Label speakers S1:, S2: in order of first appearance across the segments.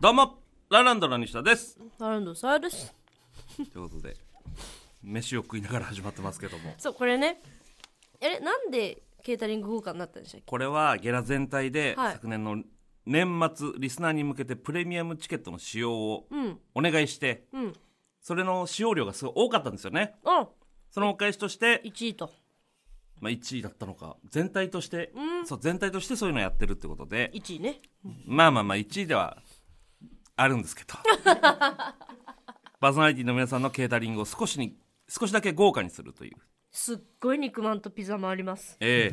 S1: どうもラランドの西田 です
S2: ラランドサウルス
S1: ということで飯を食いながら始まってますけども
S2: そうこれねあれなんでケータリング豪華になったんでしたっけ
S1: これはゲラ全体で
S2: はい
S1: 昨年の年末リスナーに向けてプレミアムチケットの使用を
S2: うん
S1: お願いして
S2: うん
S1: それの使用量がすごい多かったんですよね
S2: あ
S1: そのお返しとして、
S2: 1位と
S1: まあ、1位だったのか全体として、
S2: うん
S1: そう全体としてそういうのやってるってことで
S2: 1位ね
S1: まあまあまあ1位ではあるんですけ どパーソナリティの皆さんのケータリングを少しに少しだけ豪華にするという
S2: すっごい肉まんとピザもあります
S1: え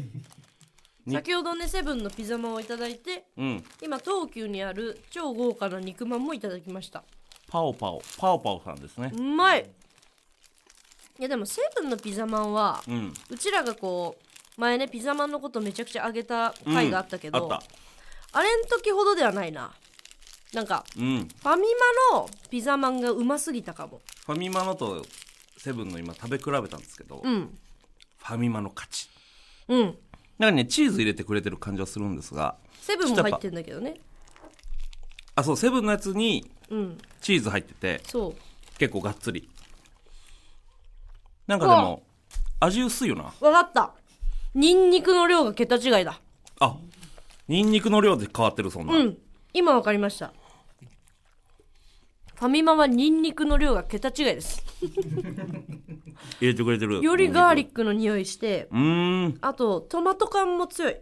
S1: に
S2: 先ほどねセブンのピザまんをいただいて
S1: えうん
S2: 今東急にある超豪華な肉まんもいただきました
S1: パオパオパオパオさんですね
S2: うまいいやでもセブンのピザまんは、
S1: う
S2: うんちらがこう前ねピザまんのことめちゃくちゃあげた回があったけど、
S1: うんあった
S2: あれん時ほどではないななんか
S1: うん
S2: ファミマのピザマンがうますぎたかも。
S1: ファミマのとセブンの今食べ比べたんですけど、フ
S2: ん。
S1: ァミマの勝ち
S2: うん。
S1: なんかねチーズ入れてくれてる感じはするんですが
S2: セブンも入ってんだけどね。
S1: あそうセブンのやつに
S2: うん。
S1: チーズ入ってて
S2: そう。
S1: 結構がっつりなんかでも味薄いよな
S2: わかった。ニンニクの量が桁違いだ。
S1: あニンニクの量で変わってるそんな、
S2: うん。今わかりました。ファミマはニンニクの量が桁違いです。
S1: 入れてくれてる
S2: よりガーリ
S1: ック
S2: ックの匂いして、
S1: うーん
S2: あとトマト感も強い。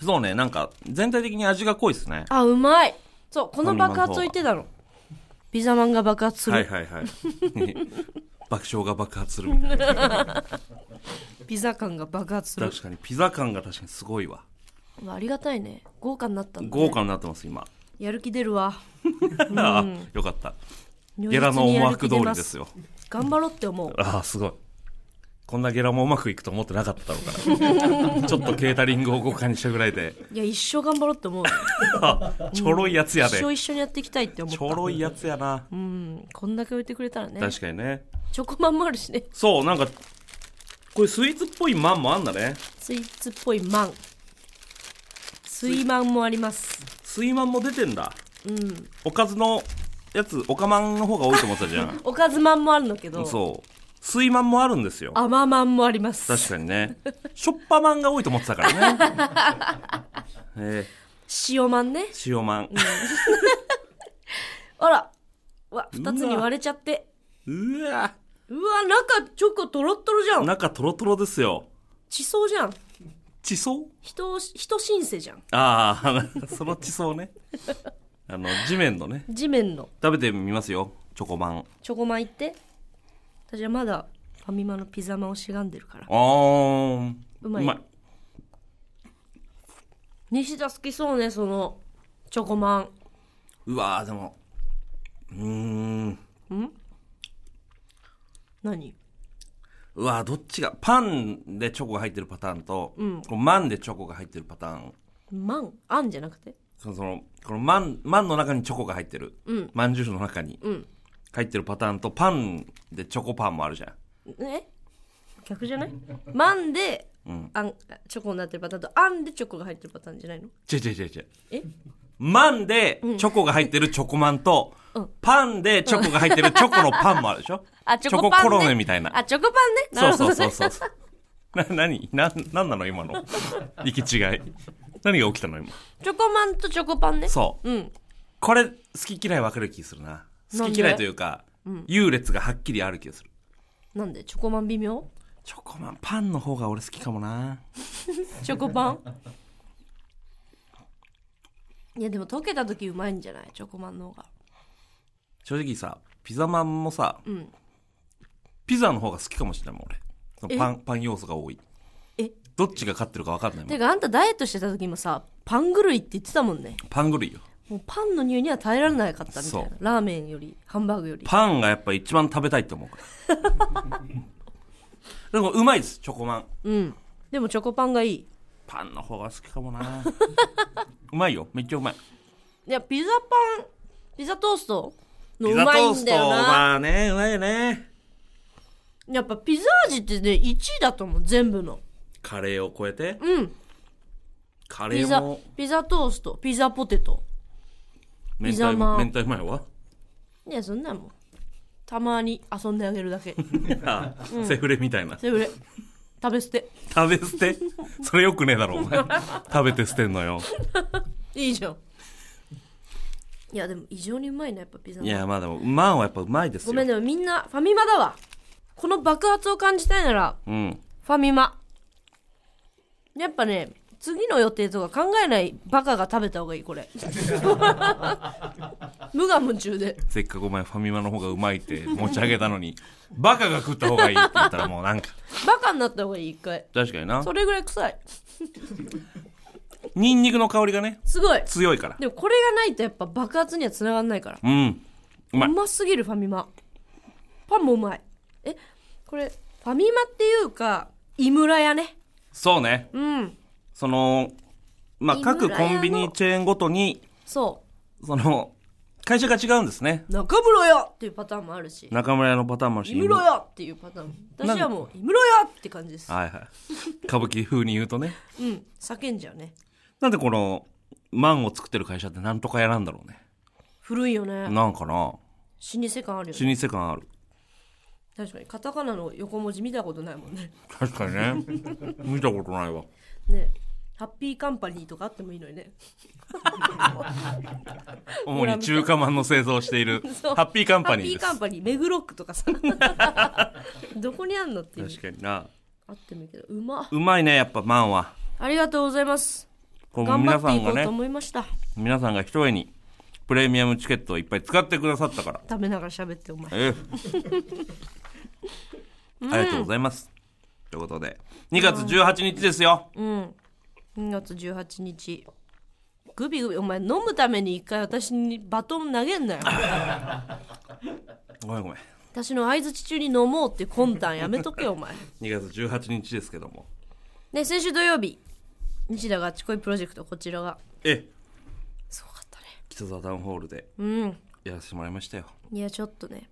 S1: そうねなんか全体的に味が濃いですね
S2: あ、うまい。そう、この爆
S1: ファミマの方
S2: 発を言ってたの。ピザマンが爆発する。
S1: はいはい はい 爆笑が爆発するみたいな
S2: ピザ感が爆発する。
S1: 確かにピザ感が確かにすごいわ
S2: まあ、ありがたいね。豪華になったんだ、ね。
S1: 豪華になってます今、
S2: やる気出るわ。
S1: あよかった
S2: ゲ
S1: ゲラの思惑通りですよ
S2: 頑張ろうって思う
S1: ああすごいこんなゲラもうまくいくと思ってなかったのか なちょっとケータリングを豪華にしたぐらいで
S2: いや一生頑張ろうって思う
S1: ちょろいやつや
S2: 一
S1: で
S2: 生一緒にやっていきたいって思っ
S1: ち
S2: た
S1: ょろいやつやな
S2: うんこんだけ置いてくれたらね
S1: 確かにね
S2: チョコマンもあるしね
S1: そうなんかこれスイーツっぽいマンもあんだね
S2: スイーツっぽいマンスイマンもあります
S1: スイマンも出てんだうんおかずのやつおかまんの方が多いと思ってたじゃん
S2: おかずマンもあるんだけ ど
S1: そうスイマンもあるんですよ
S2: 甘マンもあります
S1: 確かにね しょっぱまんが多いと思ってたからね え
S2: 塩マンね
S1: ー、塩まん
S2: あらうわ二つに割れちゃって
S1: うわ
S2: うわ中チョコトロットロじゃん
S1: 中トロトロですよ
S2: 地層じゃん
S1: 地層
S2: 人人申請じゃん
S1: ああ その地層ねあの地面のね
S2: 地面の
S1: 食べてみますよチョコまん
S2: チョコマン行って私はまだファミマのピザマンをしがんでるから
S1: あー
S2: うまいう
S1: まい
S2: 西田好きそうねそのチョコマン
S1: うわーでもうーん
S2: 何
S1: うわーどっちがパンでチョコが入ってるパターンと、このマンでチョコが入ってるパターン
S2: マンあんじゃなくて
S1: そのそのこのマンマンの中にチョコが入ってる、まんじゅうの中に
S2: うん
S1: 入ってるパターンとパンでチョコパンもあるじゃん
S2: え逆じ ゃないマンで、あんチョコになってるパターンとあんでチョコが入ってるパターンじゃないの
S1: 違う違う違う違う
S2: え
S1: マンでチョコが入ってるチョコマンと、
S2: うん
S1: パンでチョコが入ってるチョコのパンもあるでしょ
S2: あチョコパン、ね、
S1: ココロネみたいな
S2: あチョコパンねな
S1: そ
S2: る
S1: う
S2: ほど
S1: そ
S2: ね
S1: うそうそうそうな 何ななんなの今の行き違い何が起きたの今
S2: チョコマンとチョコパンね
S1: そう
S2: うん
S1: これ好き嫌い分かる気するな
S2: な
S1: 好
S2: んで
S1: き嫌いというか、優劣がはっきりある気がする
S2: なんでチョコマン微妙
S1: チョコマンパンの方が俺好きかもな
S2: チョコパンいやでも溶けた時うまいんじゃないチョコマンの方が
S1: 正直さピザマンもさ、
S2: ん
S1: ピザの方が好きかもしれないもん俺そのパンパン要素が多い
S2: え
S1: どっちが勝ってるか分かんないもん
S2: てかあんたダイエットしてた時もさパン狂いって言ってたもんね
S1: パン狂いよ
S2: もうパンの匂いには耐えられなかったみたい
S1: そ
S2: なラーメンよりハンバーグより
S1: パンがやっぱ一番食べたいって思うから でもうまいですチョコマン
S2: うんでもチョコパンがいい
S1: パンの方が好きかも なうまいよめっちゃうまい
S2: いやピザパンピザトーストのうまいんだよな
S1: まあねうまいよね
S2: やっぱピザ味ってね1位だと思う全部の
S1: カレーを超えて
S2: うん
S1: カレ
S2: ピ
S1: ー
S2: ザ
S1: も
S2: ピザトーストピザポテト
S1: 明
S2: ざ
S1: 太
S2: ま
S1: 明太マヨはい
S2: やそんなんもんたまに遊んであげる だけ
S1: あセフレみたいな
S2: それぐらい食べ捨て
S1: 食べ捨てそれよくねえだろお前食べて捨てんのよ
S2: いいじゃんいやでも異常にうまいなやっぱピザ
S1: いやまあでもまあはやっぱうまいですよ
S2: ごめんでもみんなファミマだわこの爆発を感じたいなら
S1: うん
S2: ファミマやっぱね次の予定とか考えないバカが食べた方がいいこれ 無我夢中で
S1: せっかくお前ファミマの方がうまいって持ち上げたのにバカが食った方がいいって言ったらもうなんか
S2: バカになった方がいい一回
S1: 確かにな
S2: それぐらい臭い
S1: ニンニクの香りがね
S2: すごい
S1: 強いから
S2: でもこれがないとやっぱ爆発にはつながんないから
S1: うんうまいう
S2: ますぎるファミマパンもうまいえこれファミマっていうか井村屋ね
S1: そうね
S2: うん
S1: そのまあ
S2: 井村
S1: 各
S2: 屋の
S1: コンビニチェーンごとに
S2: そ
S1: その会社が違うんですね
S2: う中村屋っていうパターンもあるし
S1: 中村屋のパターンもあるし
S2: 井村屋っていうパターンも
S1: なん
S2: 私はもう井村屋って感じです
S1: はいはい歌舞伎風に言うとね
S2: うん叫んじゃうね
S1: なんでこのマンを作ってる会社ってなんとか屋なんだろうね
S2: 古いよね老
S1: なんかな
S2: 舗感あるよね
S1: 老舗感ある
S2: 確かにカタカナの横文字見たことないもんね
S1: 確かにね見たことないわ
S2: ねハッピーカンパニーとかあってもいいのにね
S1: 主に中華まんの製造をしている
S2: そう
S1: ハッピーカンパニー
S2: ハッピ
S1: で
S2: ー
S1: す
S2: カンパニーメグロックとかさ どこにあんのっていう
S1: 確かにな
S2: あってもいいけどうまっ
S1: うまいねやっぱマンは
S2: ありがとうございます
S1: こう
S2: 頑
S1: 皆
S2: 張っ
S1: さ
S2: てい
S1: ん
S2: こ
S1: が
S2: うと
S1: ね
S2: 思いました
S1: 皆さんが一重にプレミアムチケットをいっぱい使ってくださったから
S2: 食べながら喋ってお前
S1: ええありがとうございますということで2月18日ですよ
S2: うん2月18日グビグビお前飲むために一回私にバトン投げんなよ
S1: ごめんごめん
S2: 私の相づち中に飲もうって魂胆やめとけよお前
S1: 2月18日ですけども
S2: ね先週土曜日西田があちこいプロジェクトこちらが
S1: ええ
S2: すごかったね
S1: 北沢タウンホールで
S2: うん
S1: やらせてもらいましたよ
S2: いやちょっとね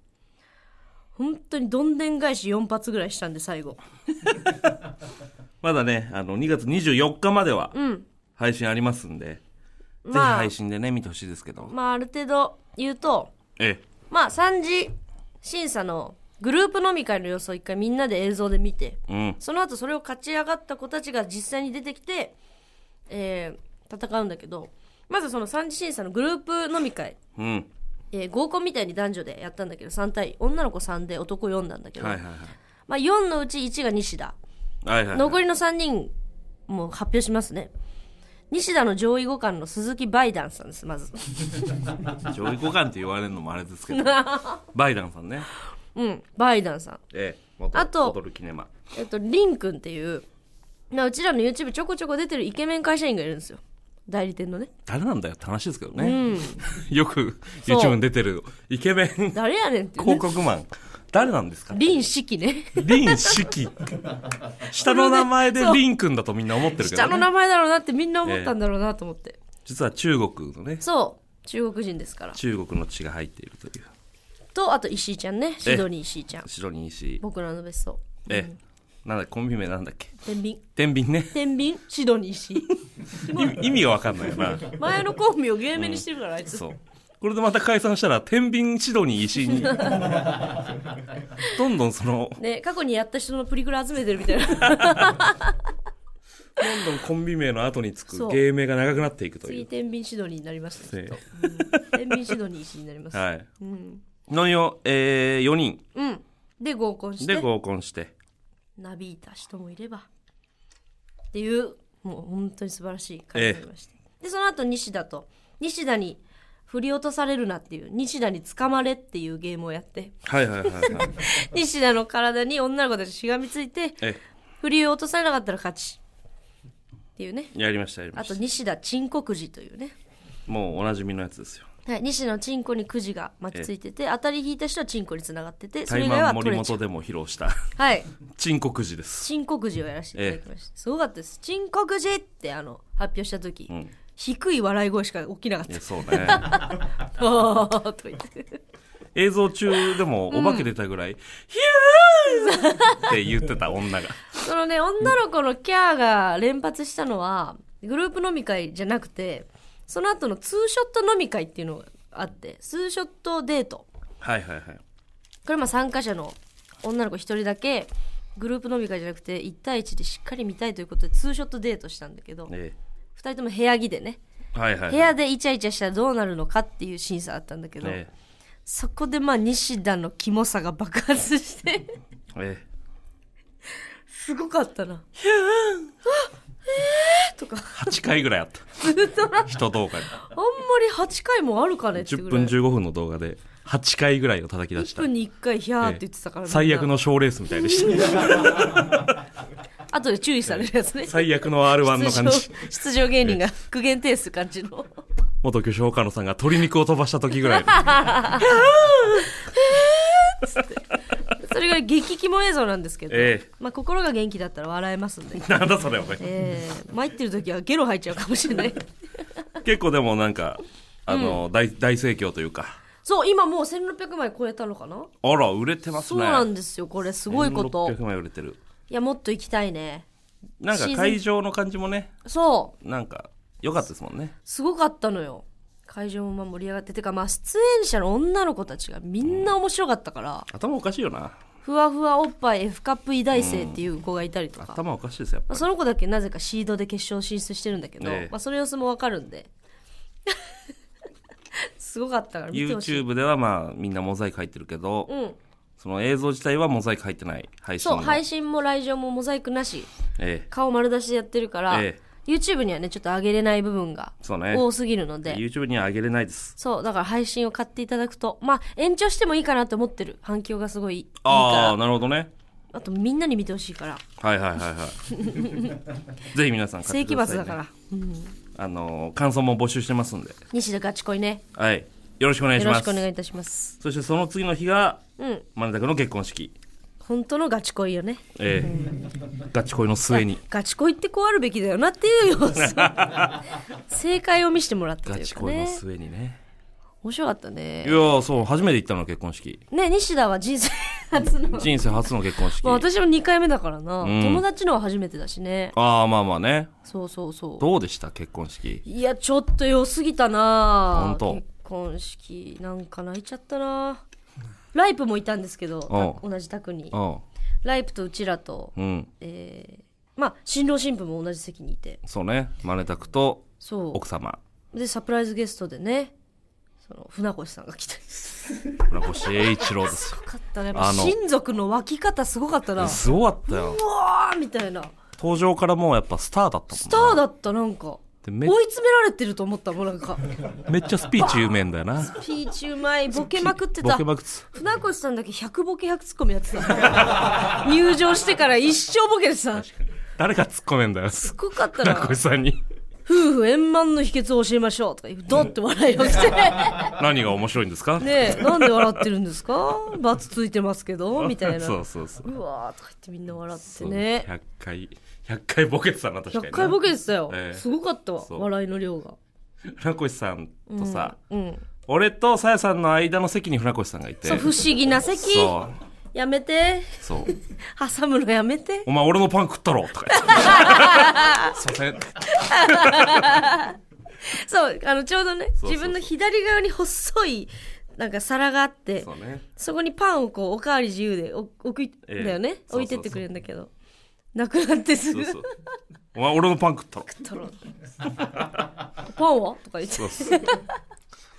S2: 本当にどんでん返し4発ぐらいしたんで最後
S1: まだねあの2月24日までは
S2: うん
S1: 配信ありますんで、ぜひ
S2: まあ
S1: 配信でね見てほしいですけど、
S2: まあある程度言うと
S1: ええ
S2: まあ3次審査のグループ飲み会の様子を一回みんなで映像で見て
S1: うん
S2: その後それを勝ち上がった子たちが実際に出てきて、えー戦うんだけどまずその3次審査のグループ飲み会、
S1: うん
S2: えー合コンみたいに男女でやったんだけど3対女の子3で男4なんだけど、
S1: はいはいはい
S2: まあ、4のうち1が西田
S1: はいはいはい
S2: 残りの3人も発表しますね西田の上位互換の鈴木バイダンさんです まず
S1: 上位互換って言われるのもあれですけ どバイダンさんね
S2: うんバイダンさん
S1: ええ元
S2: あと
S1: 踊るキネマ
S2: えっと、りんくんっていう、まあ、うちらの YouTube ちょこちょこ出てるイケメン会社員がいるんですよ。代理店のね。
S1: 誰なんだよって話ですけどね、 よく YouTube
S2: そう
S1: に出てるイケメン
S2: 誰やねんっていう、
S1: 広
S2: ね。
S1: 告マン誰なんですか
S2: りんしきね。
S1: リン四 季下の名前でリン君だとみんな思ってるけど
S2: 下
S1: ね、
S2: の名前だろうなってみんな思ったんだろうなと思って。
S1: 実は中国のね
S2: そう。中国人ですから。
S1: 中国の血が入っているという
S2: と、あと石井ちゃんね。シドニー石井ちゃん。
S1: 白に石
S2: 僕らの別荘。
S1: ええなんだコンビ名なんだっけ
S2: 天秤。
S1: 天秤ね
S2: 天秤、シドニー石井。
S1: 意意味が分かんないよな
S2: 前のコンビを芸名にしてるから、あいつ。
S1: そうこれでまた解散したら天秤シドニー石 井にどんどんその
S2: ね、過去にやった人のプリクラ集めてる みたいな。
S1: どんどんコンビ名の後につ
S2: そ
S1: く
S2: う
S1: 芸名が長くなっていくとい
S2: 次、
S1: う
S2: 天秤シドニーになりました、ね。
S1: え
S2: 天秤シドニー石井になりま
S1: え
S2: す。
S1: はい
S2: うん。
S1: のよ、えー、4人
S2: うん。で、合コンして。
S1: で合コンして
S2: なびいた人もいればっていうもう本当に素晴らしい会になりました、でその後西田と西田に振り落とされるなっていう西田につかまれっていうゲームをやって
S1: はいはいはいはい
S2: 西田の体に女の子たちしがみついて
S1: え
S2: 振り落とされなかったら勝ちっていうね
S1: えやりましたやりま
S2: あ
S1: した
S2: と西田チンコくじというね、
S1: もうおなじみのやつですよ
S2: はい、西田のチンコにくじが巻きついてて当たり引いた人はチンコにつながっててそれ
S1: 台
S2: 以外
S1: 湾
S2: は
S1: 森
S2: 取れちゃ
S1: 本
S2: う
S1: でも披露した
S2: はい
S1: 陳国寺です
S2: 陳国寺をやらせていただきました、すごかったです陳国寺ってあの発表した時、低い笑い声しか起きなかっ
S1: いや
S2: た
S1: そうね
S2: 「 おー」とか言って
S1: 映像中でもお化け出たぐらい、ヒューって言ってた女が
S2: そのね女の子のキャーが連発したのはグループ飲み会じゃなくてその後のツーショット飲み会っていうのあってツーショットデート
S1: はいはいはい
S2: これまあ参加者の女の子1人だけグループ飲み会じゃなくて1対1でしっかり見たいということでツーショットデートしたんだけど、二
S1: え
S2: 2人とも部屋着でね
S1: えはいはいはい
S2: 部屋でイチャイチャしたらどうなるのかっていう審査あったんだけど、
S1: え
S2: そこでまあ西田のキモさが爆発して
S1: えええ
S2: すごかったな「あえー!」とか
S1: 8回ぐらいあった
S2: ずっとな
S1: 一動画で
S2: あんまり8回もあるかねって
S1: 10
S2: ぐらい
S1: 分15分の動画で8回ぐらいを叩き出し
S2: 1
S1: た
S2: 分に1回「ひゃー」って言ってたから、みんな
S1: 最悪の賞ーレースみたいでした
S2: あとで注意されるやつね、
S1: 最悪の r 1の
S2: 出
S1: 感
S2: 場
S1: じ
S2: 出場芸人が苦言呈する感じの
S1: 元巨匠岡野さんが鶏肉を飛ばした時 ぐらいの
S2: それが激キモ映像なんですけど、
S1: ええ
S2: まあ、心が元気だったら笑えますんで、
S1: なんだそれお前
S2: ええ参ってる時はゲロ吐いちゃうかもしれ ない
S1: 結構でもなんかあの、大大盛況というか
S2: そう今もう1600枚超えたのかな
S1: あら売れてます
S2: そう
S1: ね
S2: なんですよこれすごいこと
S1: 1600枚売れてる
S2: いやもっと行きたいね
S1: なんか
S2: シーズン
S1: 会場の感じもね
S2: そう
S1: なんか良かったですもんね
S2: すごかったのよ会場もまあ盛り上がっててかまあ出演者の女の子たちがみんな面白かったから、
S1: 頭おかしいよな
S2: ふわふわおっぱい F カップ偉大生っていう子がいたりとか、
S1: 頭おかしいですよやっ
S2: ま
S1: ぱ
S2: あ、その子だけなぜかシードで決勝進出してるんだけど、
S1: ええ
S2: まあ、その様子もわかるんで すごかったから見てほしい
S1: YouTube ではまあみんなモザイク入ってるけど、
S2: うん、
S1: その映像自体はモザイク入ってない配信
S2: そ
S1: の
S2: う配信も来場もモザイクなし
S1: ええ
S2: 顔丸出しでやってるから、
S1: え
S2: YouTube にはねちょっと上げれない部分が
S1: そうね
S2: 多すぎるので、
S1: YouTube には上げれないです
S2: そうだから配信を買っていただくとまあ延長してもいいかなと思ってる反響がすごいいいか
S1: ああ
S2: ら
S1: なるほどね
S2: あとみんなに見てほしいから
S1: はいはいはい はいぜひ皆さん買
S2: 世
S1: ってく
S2: 紀
S1: ださ
S2: 末
S1: い、
S2: だ
S1: ね、
S2: から、
S1: あのー感想も募集してますんで
S2: 西田ガチ恋ね
S1: はいよろしくお願い
S2: よ
S1: し
S2: ろ
S1: ま
S2: し
S1: す
S2: くお願いいたします
S1: そしてその次の日が
S2: うん
S1: マネタクの結婚式
S2: 本当のガチ恋よね
S1: ええガチ恋の末に
S2: ガチ恋ってこうあるべきだよなっていう様 子正解を見せてもらった
S1: ガ
S2: という
S1: チ
S2: か
S1: 恋の
S2: ね
S1: 末にね
S2: 面白かった
S1: い
S2: ね
S1: やーそう初めて行ったの結婚式
S2: ね西田は人生初 の
S1: 人生初の結婚式
S2: まあ私も2回目だからな、
S1: うん
S2: 友達のは初めてだしね
S1: ああまあまあね
S2: そうそうそう
S1: どうでした結婚式
S2: いやちょっと良すぎたな
S1: ほんと
S2: 結婚式なんか泣いちゃったなライプもいたんですけど
S1: お
S2: た同じ宅に
S1: うん
S2: ライプとうちらと、
S1: うん
S2: えー、まあ新郎新婦も同じ席にいて
S1: そうねマネタクと
S2: そう
S1: 奥様
S2: でサプライズゲストでねその船越さんが来たりす
S1: 村越英一郎です
S2: ごかったねやっぱ
S1: あの
S2: 親族の湧き方すごかったなう
S1: すごかったよ
S2: わーみたいな
S1: 登場からもうやっぱスターだったもん
S2: スターだったなんか
S1: で
S2: 追
S1: め
S2: い詰められてると思ったもんなんか
S1: めっちゃスピーチ有名んだよな
S2: ピーチうまいボケまくって
S1: ボ
S2: た
S1: ケまくつ
S2: 船越さんだけ100ボケ100ツッコミやってた入場してから一生ボケてたす
S1: 誰が突っ込めんだよ
S2: ごかった
S1: 村
S2: な
S1: 越さんに
S2: 夫婦円満の秘訣を教えましょうとか言うドンって笑い をして
S1: 何が面白いんですか
S2: ねえなんで笑ってるんですかバツついてますけどみたいな
S1: そうそうそう
S2: うわーとか言ってみんな笑って
S1: そう
S2: ね
S1: 100回100回ボケてたな確かに
S2: 100回ボケてたよ、
S1: ええ
S2: すごかったわ
S1: そう
S2: 笑いの量が
S1: 船越さんとさ、
S2: うん
S1: 俺とさやさんの間の席に船越さんがいて
S2: そう不思議な席
S1: そう
S2: やめて
S1: そう
S2: 挟むのやめて
S1: お前俺のパン食ったろとか言ってすい ま
S2: そうあのちょうどね
S1: そうそう
S2: 自分の左側に細いなんか皿があって
S1: せんそうね
S2: そこにパンをこうおかわり自由でお置い
S1: ええ
S2: だよ
S1: そ
S2: ね、
S1: うそうそう
S2: 置いてってくれるんだけどなくなってす
S1: そ
S2: ぐ
S1: う そうお前俺のパン食ったろ
S2: とろパンはとか言って
S1: そうそう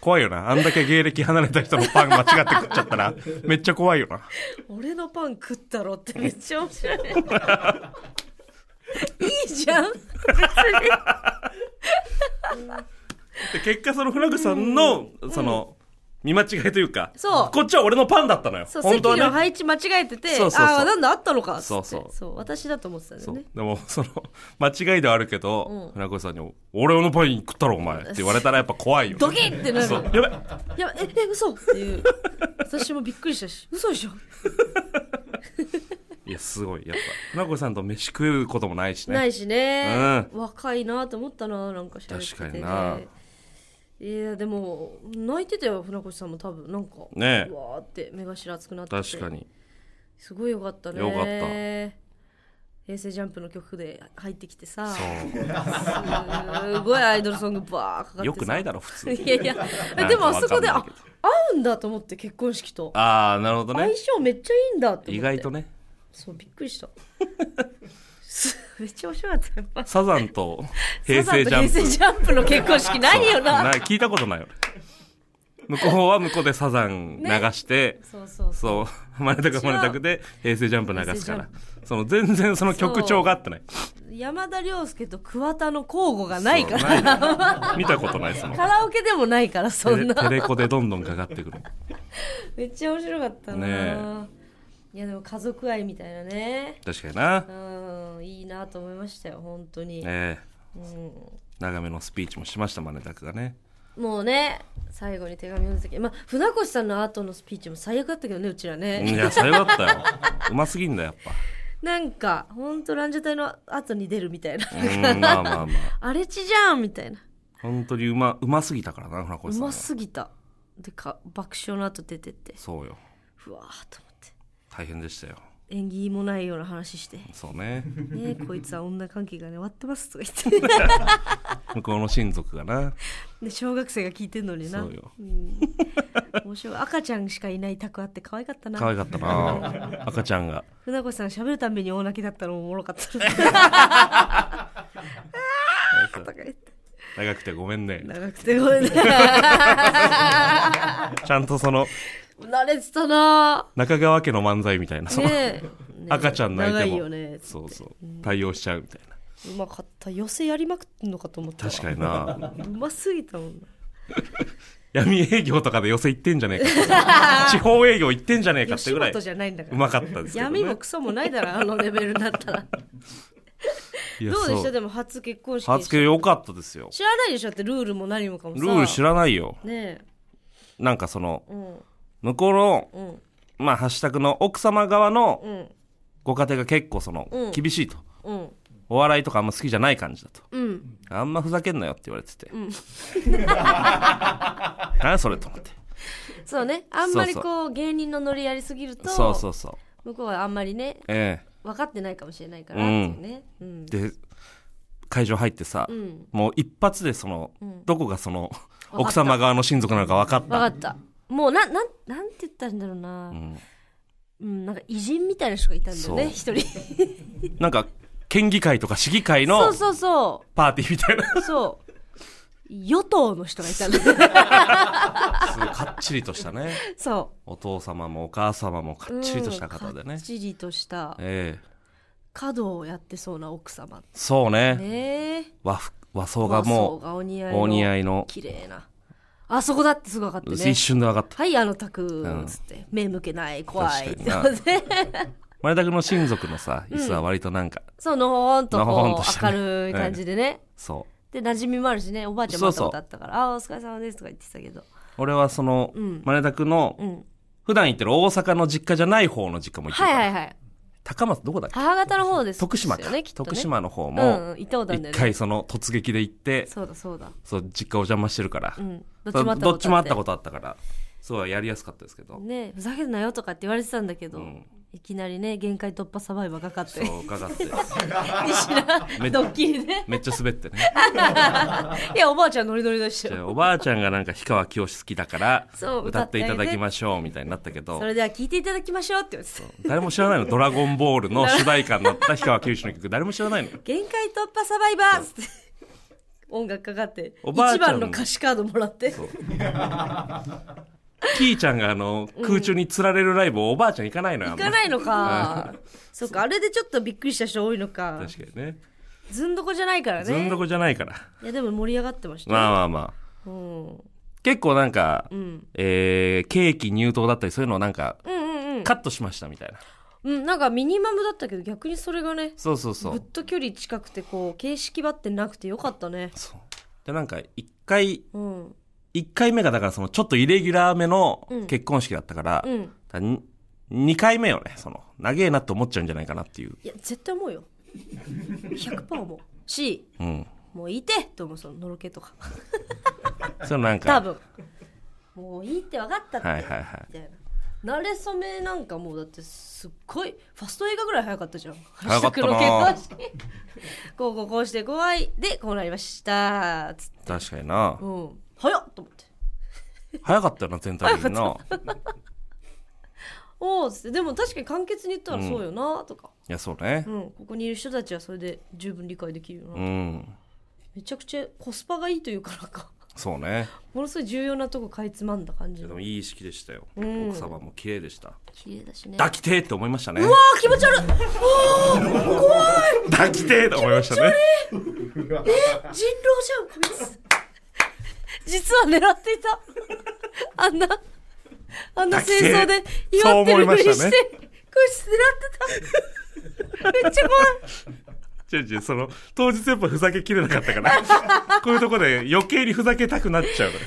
S1: 怖いよなあんだけ芸歴離れた人のパン間違って食っちゃったらめっちゃ怖いよな
S2: 俺のパン食ったろってめっちゃ面白い いいじゃん
S1: で結果その船越さんの、その見間違いというか
S2: そう
S1: こっちは俺のパンだったのよ
S2: そう、
S1: 本当は
S2: 席の
S1: ね
S2: 配置間違えてて、
S1: そうそうそう
S2: ああ、なんだあったのかっつって
S1: そうそう
S2: 私だと思ってたんだ
S1: そ
S2: よ
S1: う
S2: ね。
S1: でもその間違いではあるけど、船越さんに「俺のパン食ったろお前」って言われたらやっぱ怖いよね
S2: ドキッってな
S1: そう
S2: る。
S1: やばい
S2: いや、え、え、嘘っていう。私もびっくりしたし、嘘でしょ
S1: いや、すごい。やっぱ、船越さんと飯食うこともないしね。
S2: ないしね。
S1: う
S2: 若いなと思ったな、なんか喋ってて。
S1: 確かにない
S2: や、でも、泣いてたよ、船越さんも多分、なんか。
S1: ねえ
S2: うわーって目頭熱くなってて。
S1: 確かに。
S2: すごいよかったね。
S1: よかった
S2: え平成ジャンプの曲で入ってきてさすごいアイドルソングばーかかってさ
S1: よくないだろ普 通
S2: いやいや
S1: なんか
S2: でもあそこで
S1: わ
S2: あ
S1: かんないけ
S2: 合うんだと思って結婚式と
S1: ああなるほど
S2: 相
S1: ね
S2: 性めっちゃいいんだって思って
S1: 意外とね
S2: そうびっくりした すめっちゃ面白かったやっぱ
S1: サザンと平成ジャン
S2: サザン
S1: プ
S2: と平成ジャンプの結婚式ないよな
S1: そうい聞いたことないよ向こうは向こうでサザン流して、
S2: そうそうそう
S1: そう生まれたく生まれたくで平成ジャンプ流すからその全然その曲調が合ってない
S2: 山田涼介と桑田の交互がないから
S1: そうない見たことないその
S2: カラオケでもないからそんな
S1: テレテレコでどんどんかかってくる
S2: めっちゃ面白かったな、
S1: ね
S2: いやでも家族愛みたいなね
S1: 確かにな
S2: うんいいなと思いましたよ本当に、
S1: え
S2: うん、
S1: え長めのスピーチもしましたマネタクがね
S2: もうね最後に手紙を出たけど、まあ、船越さんの後のスピーチも最悪だったけどねうちらね、
S1: いやそれだったようますぎんだよやっ
S2: なんかほんとランジャタイの後に出るみたいな
S1: ぱうんまあまあまあ
S2: 荒れ地じゃんみたいな
S1: 本当にうまうますぎたからな船
S2: う
S1: 越さん
S2: ま
S1: は
S2: すぎたでか爆笑の後出てって
S1: そうよ
S2: ふわーっと思って
S1: 大変でしたよ
S2: 縁起もないような話して
S1: そうね
S2: ねこいつは女関係がね終わってますとか言って
S1: 向こうの親族がな
S2: で小学生が聞いてんのにな
S1: そうよ
S2: ん、面白い赤ちゃんしかいない宅あって可愛かったな
S1: 可愛かった な赤ちゃんが
S2: 船越さん喋るたんびに大泣きだったのもおもろかったな とか言って
S1: 長くてごめんね
S2: 長くてご めんね
S1: ちゃんとその
S2: 慣れてたな
S1: 中川家の漫才みたいなその、
S2: ねえねえ
S1: 赤ちゃん泣いても
S2: 長いよね
S1: そうそう対応しちゃうみたいな
S2: うまかった寄せやりまくってんのかと思ったわ
S1: 確かにな
S2: うますぎたもんな
S1: 闇営業とかで寄せ行ってんじゃねえか 地方営業行ってんじゃねえかって
S2: 吉
S1: ぐらい
S2: 本
S1: う
S2: じゃないんだから
S1: まかったですけど、ね、
S2: 闇もクソもないだろあのレベルに なったら
S1: いや
S2: どうでし
S1: そ
S2: たでも初結婚式
S1: 初毛良かったですよ
S2: 知らないでしょだってルールも何もかもさ
S1: ルール知らないよ
S2: ね
S1: なんかその
S2: えうん
S1: 向こうの
S2: うん
S1: まあハッシュタグの奥様側の
S2: うん
S1: ご家庭が結構その、
S2: うん
S1: 厳しいと
S2: うん
S1: お笑いとかあんま好きじゃない感じだと
S2: うん
S1: あんまふざけんなよって言われてて、 何それと思って
S2: そうねあんまり
S1: そう
S2: こう芸人のノリやりすぎると
S1: そうそうそう
S2: 向こうはあんまりね
S1: え
S2: 分かってないかもしれないからっていうねうん
S1: えで会場入ってさ、
S2: うん
S1: もう一発でその、
S2: ん
S1: どこがその
S2: た
S1: 奥様側の親族なのか分かっ
S2: 分
S1: た
S2: かったもうななんなんて言ったらいいんだろうな
S1: うん
S2: うんなんか偉人みたいな人がいたんだよね一人
S1: なんか県議会とか市議会
S2: そ
S1: の
S2: うそうそ
S1: パーティーみたいな
S2: うそう与党の人がいたんだよね
S1: すごいかっちりとしたね
S2: そ
S1: お父様もお母様も
S2: う。
S1: かっちりとした方で
S2: うんか
S1: ね
S2: っ、ちりとした
S1: ええ
S2: 華道をやってそうな奥様。
S1: そうね
S2: ねえ。
S1: 和服和装がも
S2: うお似
S1: う
S2: 合いの。
S1: お似合いの、
S2: 綺麗な。あそこだってすぐ分かって
S1: 一
S2: ね。
S1: 瞬で分かった
S2: はい、あのタク
S1: うん
S2: つって、目向けない、怖いって
S1: 確かにな
S2: って。
S1: 前田君の親族のさ椅子は割となんか、
S2: そう、のほほんと
S1: のほほん
S2: こと
S1: し
S2: う、
S1: たね
S2: 明るい感じでね。
S1: そう
S2: で、馴染みもあるしね、おばあちゃんも
S1: そうそう
S2: 会ったことあったから、あーお疲れ様ですとか言ってたけど。
S1: 俺はその、
S2: ん
S1: マネタクの、
S2: うん。
S1: 普段行ってる大阪の実家じゃない方の実家も行ってる
S2: はい
S1: から、
S2: はいはい。
S1: 高松どこだっけ
S2: 母方の方です。
S1: 徳島
S2: で
S1: か
S2: すよね、きっとね
S1: 徳島の方
S2: うん
S1: も、
S2: うん、行ったことあるんだ
S1: 一
S2: よね。
S1: 回その突撃で行って、
S2: そうだそうだ。
S1: そう実家お邪魔してるから、
S2: うん。どっちもあったことあって
S1: どっちもあったことあったからすごいやりやすかったですけど、
S2: ねふざけんなよとかって言われてたんだけど、
S1: うん
S2: いきなりね限界突破サバイバーかかって
S1: そう伺って
S2: 西
S1: め
S2: 田 ドッキリね
S1: めっちゃ滑ってね
S2: いやおばあちゃんノリノリでした
S1: じゃ
S2: よ
S1: あおばあちゃんがなんか氷川きよし好きだから
S2: そう
S1: 歌っていただき
S2: 歌ってあげて
S1: ましょうみたいになったけど
S2: それでは聞いていただきましょうって言われてた
S1: 誰も知らないの「ドラゴンボール」の主題歌になった氷川きよしの曲誰も知らないの
S2: 限界突破サバイバーっつって 音楽かかって
S1: おばあ
S2: 一
S1: ちゃん
S2: 番の歌詞カードもらって
S1: うキーちゃんがあの空中につられるライブをおばあちゃん行かないのよあ
S2: 行
S1: んま
S2: かない のかそっかあれでちょっとびっくりした人多いのか
S1: 確かにね
S2: ずんどこじゃないから
S1: ずん
S2: ね
S1: どこじゃないから
S2: いやでも盛り上がってましたよ、
S1: まあまあまあ
S2: うん、うん
S1: 結構なんか、
S2: ん
S1: えーケーキ入刀だったりそういうのをなんか
S2: うんうん
S1: カットしましたみたいな、
S2: うんなんかミニマムだったけど逆にそれがね
S1: そうそうそ
S2: ぐっ
S1: う
S2: と距離近くてこう形式ばってなくてよかったね
S1: そうでなんか一回
S2: うん
S1: 一回目がだからそのちょっとイレギュラーめの
S2: うん
S1: 結婚式だったから,、
S2: う
S1: だ
S2: ん
S1: からに二回目よねその長えなって思っちゃうんじゃないかなっていう
S2: いや絶対思うよ100%思うし
S1: うん
S2: もういいてと思うそののろけとか
S1: それなん
S2: 多
S1: か
S2: 分もういいって分かったって、
S1: はいはいはい
S2: みたいな慣れ初めなんかもうだってすっごいファスト映画ぐらい早かったじゃん
S1: 早かったな
S2: 明日黒結婚式 こうこうこうして怖いでこうなりましたつって
S1: 確かにな
S2: うん早っと思って
S1: 早かったよな全体的にない
S2: おおつってでも確かに簡潔に言ったらそうよなとか、
S1: やそうね
S2: うんここにいる人たちはそれで十分理解できるよな、
S1: うん
S2: めちゃくちゃコスパがいいというからか
S1: そうね
S2: ものすごい重要なとこかいつまんだ感じ
S1: で
S2: の
S1: もいい意識でしたよ、
S2: ん
S1: 奥様も綺麗でした
S2: 綺麗だしね
S1: 抱きてーって思いましたね
S2: うわー気持ち悪い
S1: 抱きてーって思いましたね
S2: 人狼じゃんこいつ実は狙っていたあんなあんな戦争で祝ってるふり
S1: そう思いま
S2: し
S1: してたね
S2: こいつ狙ってためっちゃ怖い
S1: 違う違うその当日やっぱふざけきれなかったから こういうとこで余計にふざけたくなっちゃうのよ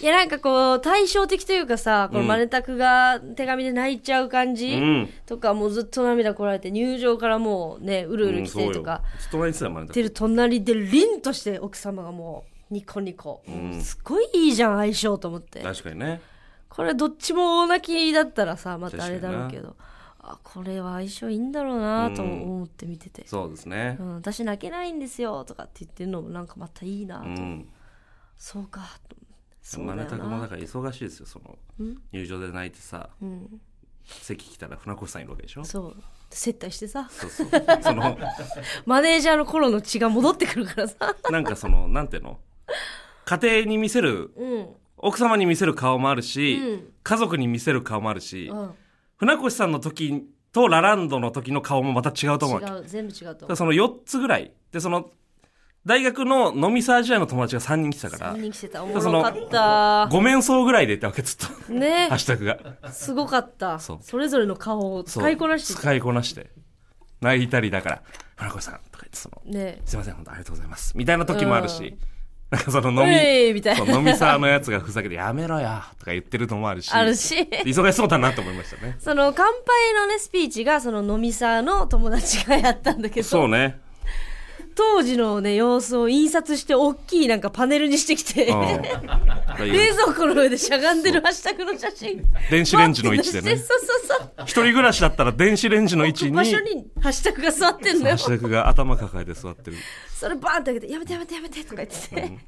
S2: いやなんかこう対照的というかさこの
S1: うん
S2: マネタクが手紙で泣いちゃう感じ、
S1: うん
S2: とかもうずっと涙こられて入場からもうねうるうる来て
S1: うんそ
S2: とか、
S1: うよずっと前にしてたまね
S2: 来てる隣で凛として奥様がもうニコニコ、すごいいいじゃん相性と思って
S1: 確かにね
S2: これどっちも大泣きだったらさまたあれだろうけどあこれは相性いいんだろうなとも思って見てて、
S1: そうですね
S2: うん私泣けないんですよとかって言ってるのもなんかまたいいなと、
S1: うん
S2: そうかとそうだ
S1: マ
S2: よな
S1: ネタクもだから忙しいですよその入場で泣いてさ、
S2: ん
S1: 席来たら船越さんいるわけでしょそ
S2: そう接待してさ
S1: うそうその
S2: マネージャーの頃の血が戻ってくるからさ
S1: なんかそのなんていうの家庭に見せる
S2: うん
S1: 奥様に見せる顔もあるし、
S2: うん
S1: 家族に見せる顔もあるし、
S2: うん
S1: 船越さんの時とラランドの時の顔もまた違うと思うわけ
S2: 違う全部違うと
S1: だから
S2: 思
S1: その4つぐらいでその大学の飲みサージアの友達が3人来てたから
S2: う見に来てたおも
S1: そ
S2: ろ
S1: の
S2: かった
S1: ごめんそうぐらいで言ったわけずっ と
S2: ね
S1: ハッシュタグが
S2: すごかった
S1: そ
S2: そうれぞれの顔を
S1: そう
S2: 使いこなして
S1: 使いこなして泣いたりだから「船越さん」とか言ってその「
S2: ね
S1: すいません本当ありがとうございます」みたいな時もあるし、なんかその飲み、
S2: えいみたい
S1: そう
S2: な
S1: 飲みサーのやつがふざけて「やめろや」とか言ってるのもあるし
S2: あるし
S1: 忙しそうだなと思いましたね
S2: その乾杯のねスピーチがその飲みさの友達がやったんだけ
S1: そう
S2: ど
S1: ね
S2: 当時のね様子を印刷して大きいなんかパネルにしてきて
S1: うん
S2: 冷蔵庫の上でしゃがんでるハッシュタグの写真
S1: 電子レンジの位置で
S2: バッて出
S1: ね
S2: してそうそうそう
S1: 一人暮らしだったら電子レンジの位置に
S2: 場所にハッシュタグが座ってんの
S1: ハ
S2: よ
S1: ッシュタグが頭抱えて座ってる
S2: それバーンって開けて「やめてやめてやめて」とか言ってて、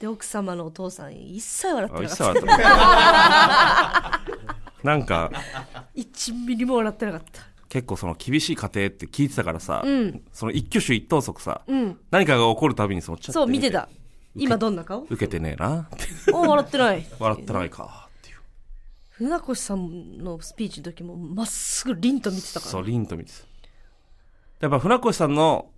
S2: で奥様のお父さん一切笑っ
S1: あ
S2: て
S1: 一
S2: な
S1: 切笑
S2: かっ
S1: ってないなんか
S2: た1ミリも笑ってなかった
S1: 結構その厳しい家庭って聞いてたからさ、
S2: ん
S1: その一挙手一投足さ、
S2: ん
S1: 何かが起こるたびにそのちょっと
S2: そう見てた今どんな顔
S1: 受けてねえなって
S2: お笑ってない
S1: 笑ってないかっていう
S2: 船越さんのスピーチの時もまっすぐ凛と見てたから
S1: そう凛と見てたやっぱ船越さんの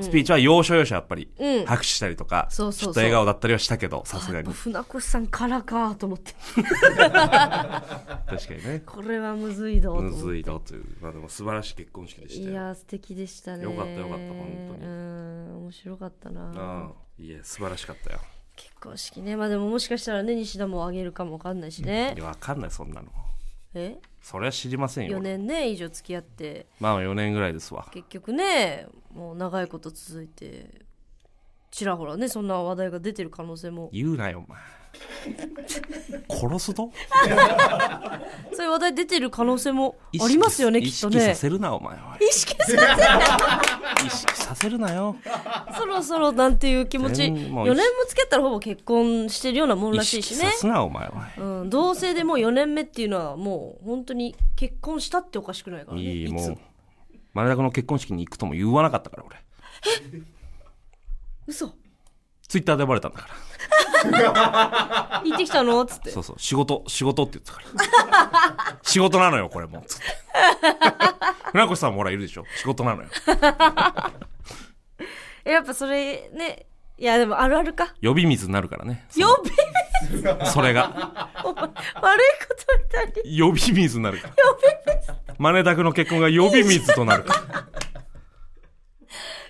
S1: スピーチは要所要所やっぱり、
S2: うん
S1: 拍手したりとか
S2: そうそうそう
S1: ちょっと笑顔だったりはしたけどさす
S2: や
S1: が
S2: っ
S1: に
S2: ぱ船越さんからかと思って
S1: 確かにね
S2: これはむずいぞと思
S1: む
S2: って
S1: ずいだというまあでも素晴らしい結婚式でした
S2: い
S1: よ
S2: や素敵でしたね
S1: よかったよかった本当に
S2: うん面白かった
S1: うん
S2: ない
S1: や素晴らしかったよ
S2: 結婚式ねまあでももしかしたらね西田もあげるかもわかんないしね
S1: いやわかんないそんなの
S2: え
S1: それは知りませんよ
S2: 4年ね以上付き合って
S1: まあ4年ぐらいですわ
S2: 結局ねもう長いこと続いてちらほらねそんな話題が出てる可能性も
S1: 言うなよお前殺すぞ
S2: そういう話題出てる可能性もありますよね
S1: 意
S2: きっ
S1: 識
S2: と
S1: 意識
S2: ね
S1: させるなお前は
S2: 意識させて
S1: 意識させるなよ
S2: そろそろなんていう気持ち
S1: 全
S2: 4
S1: 然
S2: 年
S1: も
S2: も
S1: う意識
S2: 付き合ったらほぼ結婚してるようなもん
S1: 意
S2: らしい
S1: 識
S2: し
S1: さ
S2: ね
S1: すなお前は
S2: うん、同性でもう4年目っていうのはもう本当に結婚したっておかしくないからね
S1: いい
S2: つ
S1: もう真田君の結婚式に行くとも言わなかったから俺
S2: 嘘
S1: ツイッターでバレたんだから
S2: 行ってきたのっつ って
S1: そうそう仕事仕事って言ってたから仕事なのよこれもうつって船越さんもほらいるでしょ仕事なのよ
S2: えやっぱそれねいやでもあるあるか
S1: 呼び水になるからね
S2: 呼び
S1: それが
S2: お前悪いことみたいに
S1: 呼び水になるから真似宅の結婚が呼び水となるから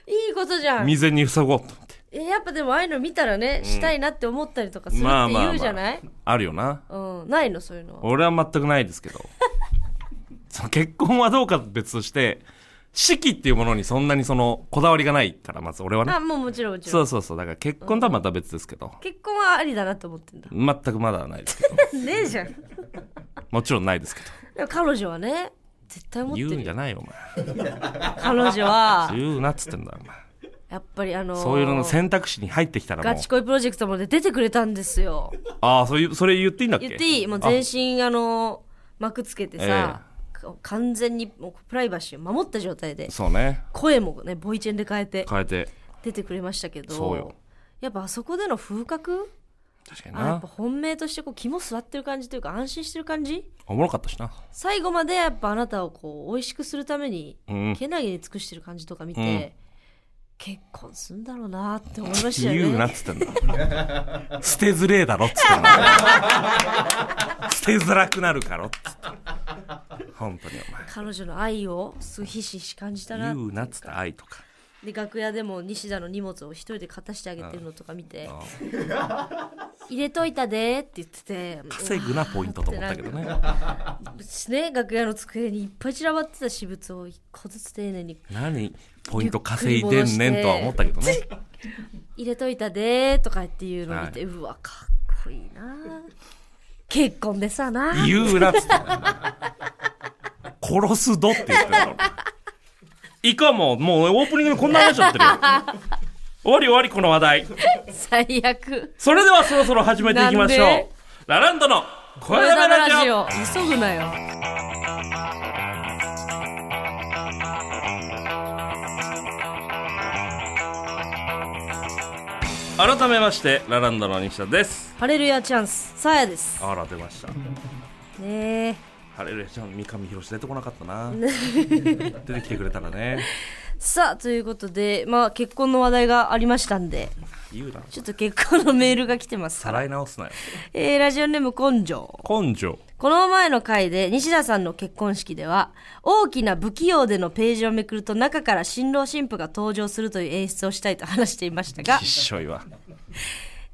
S2: いいことじゃん
S1: 未然に塞ごうと思って
S2: えやっぱでもああいうの見たらね、したいなって思ったりとかするって言うじゃない、
S1: あるよな
S2: うんないのそういうのは
S1: 俺は全くないですけ どその結婚はどうか別として式っていうものにそんなにそのこだわりがないからまず俺はね
S2: あもうもちろんもち
S1: そ
S2: ろ
S1: う
S2: ん
S1: そうそうだから結婚とはまた別ですけど
S2: 結婚はありだなって思ってんだ
S1: 全くまだはないですけど
S2: ねえじゃん
S1: もちろんないですけ
S2: でも彼女はね絶対
S1: ど
S2: 思って
S1: 言うん
S2: る
S1: じゃ
S2: よ
S1: ないよお
S2: 彼女は
S1: 前言うなっつってんだお前
S2: やっぱりあのー
S1: そういうのの選択肢に入ってきたら
S2: ガ
S1: もう
S2: チ恋プロジェクトまで出てくれたんですよ
S1: ああそういうそれ言っていいんだっけ
S2: 言っていいもう全身あの膜つけてさ、か完全にもうプライバシーを守った状態で
S1: あそうね
S2: 声もねボイチェンで変えて
S1: 変えて
S2: 出てくれましたけど
S1: そうよ
S2: やっぱあそこでの風格
S1: 確かに
S2: あやっ
S1: な
S2: ぱ本命としてこう肝据わってる感じというか安心してる感じ
S1: おもろかったしな
S2: 最後までやっぱあなたをこう美味しくするために
S1: うん
S2: けなげに尽くしてる感じとか見て、
S1: うん
S2: 結婚すんだろうなって思いましたよ
S1: 言うなっ
S2: ね。
S1: つってんだ 捨てづれえだろっつって んだ捨てづらくなるかろっつって本当に
S2: 彼女の愛をすごいひしひし感じ
S1: お
S2: たな
S1: 前言うなっつった愛とか
S2: で楽屋でも西田の荷物を一人で片してあげてるのとか見て「 入れといたで」って言ってて
S1: 稼ぐなポイントと思ったけどね
S2: ね楽屋の机にいっぱい散らばってた私物を一個ずつ丁寧に
S1: 何ポイント稼いでんねんとは思ったけどね
S2: 「入れといたで」とかっていうのを見て、うわかっこいいな結婚でさな
S1: 言うなっつってんだ殺すぞって言ってんだろいかんもうもうオープニングでこんな話しちゃってるよ終わり終わりこの話題
S2: 最悪
S1: それではそろそろ始めていきまし
S2: な
S1: ょ
S2: んで
S1: うラランドの
S2: こ
S1: 声玉ラジオ
S2: 急ぐなよ
S1: 改めましてラランドの西田です
S2: ハレルヤチャンスさあやです
S1: あら出ました
S2: ねえ
S1: ハレルヤちゃん三上博出てこなかったな出てきてくれたらね
S2: さあということでまあ結婚の話題がありましたんで
S1: 言うな
S2: ちょっと結婚のメールが来てます
S1: さらい直すなよ
S2: えーラジオネーム根性
S1: 根性
S2: この前の回で西田さんの結婚式では大きな不器用でのページをめくると中から新郎新婦が登場するという演出をしたいと話していましたが
S1: きっしょいわ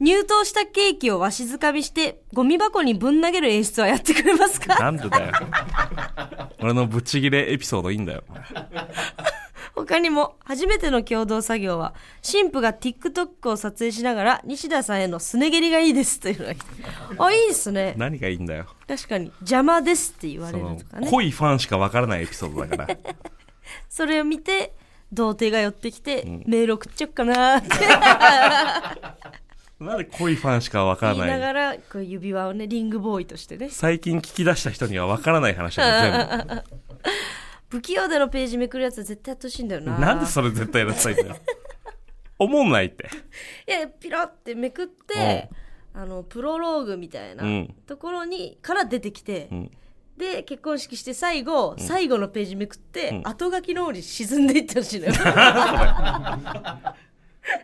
S2: 入刀したケーキをわしづかみしてゴミ箱にぶん投げる演出はやってくれますか
S1: なんでだよ俺のブチギレエピソードいいんだよ
S2: 他にも初めての共同作業は新婦が TikTok を撮影しながら西田さんへのすね蹴りがいいですというのが来てあいいですね
S1: 何がいいんだよ
S2: 確かに邪魔ですって言わ
S1: そ
S2: れ
S1: の
S2: るとかね
S1: 濃いファンしかわからないエピソードだから
S2: それを見て童貞が寄ってきて、メール送っちゃおうかなって
S1: なんで濃いファンしかわか
S2: 言
S1: ら
S2: いな
S1: ない
S2: がらこう指輪をねリングボーイとしてね
S1: 最近聞き出した人にはわからない話だよ全
S2: 不器用でのページめくるやつ絶対やってほしいんだよな
S1: 部なんでそれ絶対やらせたいんだよ思んないって
S2: いやピロってめくってあのプロローグみたいな
S1: うん
S2: ところにから出てきて、
S1: ん
S2: で結婚式して最後、最後のページめくって、後書きの方に沈んでいってほしい のよ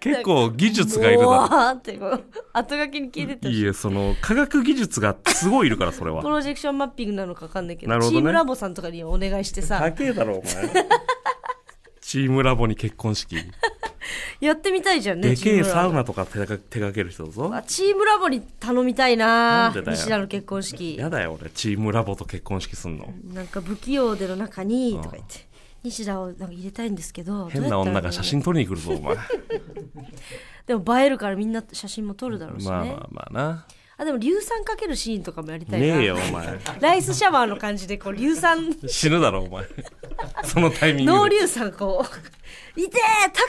S1: 結構技術がいるだ
S2: う
S1: ろ
S2: わーってこう後書きに消えてってほしい
S1: いいえ、その、科学技術がすごいいるから、それ
S2: プ
S1: は。
S2: ロジェクションマッピングなのか分かんないけど
S1: なるほどね
S2: チームラボさんとかにお願いしてさ
S1: 高えだろ、お 前。チームラボに結婚式。
S2: やってみたいじゃんね
S1: でけえ
S2: チーム
S1: サ
S2: ラ
S1: ウ
S2: ボ
S1: ナとか手が手掛ける人だぞ。
S2: あチームラボに頼みたいな
S1: なんでだよ
S2: 西田の結婚式
S1: やだよ、俺。チームラボと結婚式すんの。
S2: なんか不器用での中にとか言って西田をなんか入れたいんですけど
S1: 変な
S2: どうやった
S1: 女
S2: らいいの
S1: が写真撮りに来るぞ、お前。
S2: でも映えるからみんな写真も撮るだろうしね、
S1: まあまあまあな。
S2: あでも硫酸かけるシーンとかもやりたいな
S1: ねえよ、お前。
S2: ライスシャワーの感じでこう硫 酸
S1: 死ぬだろ、お前。 そのタイミン
S2: 濃
S1: グで。
S2: 硫酸こう「いてえタカ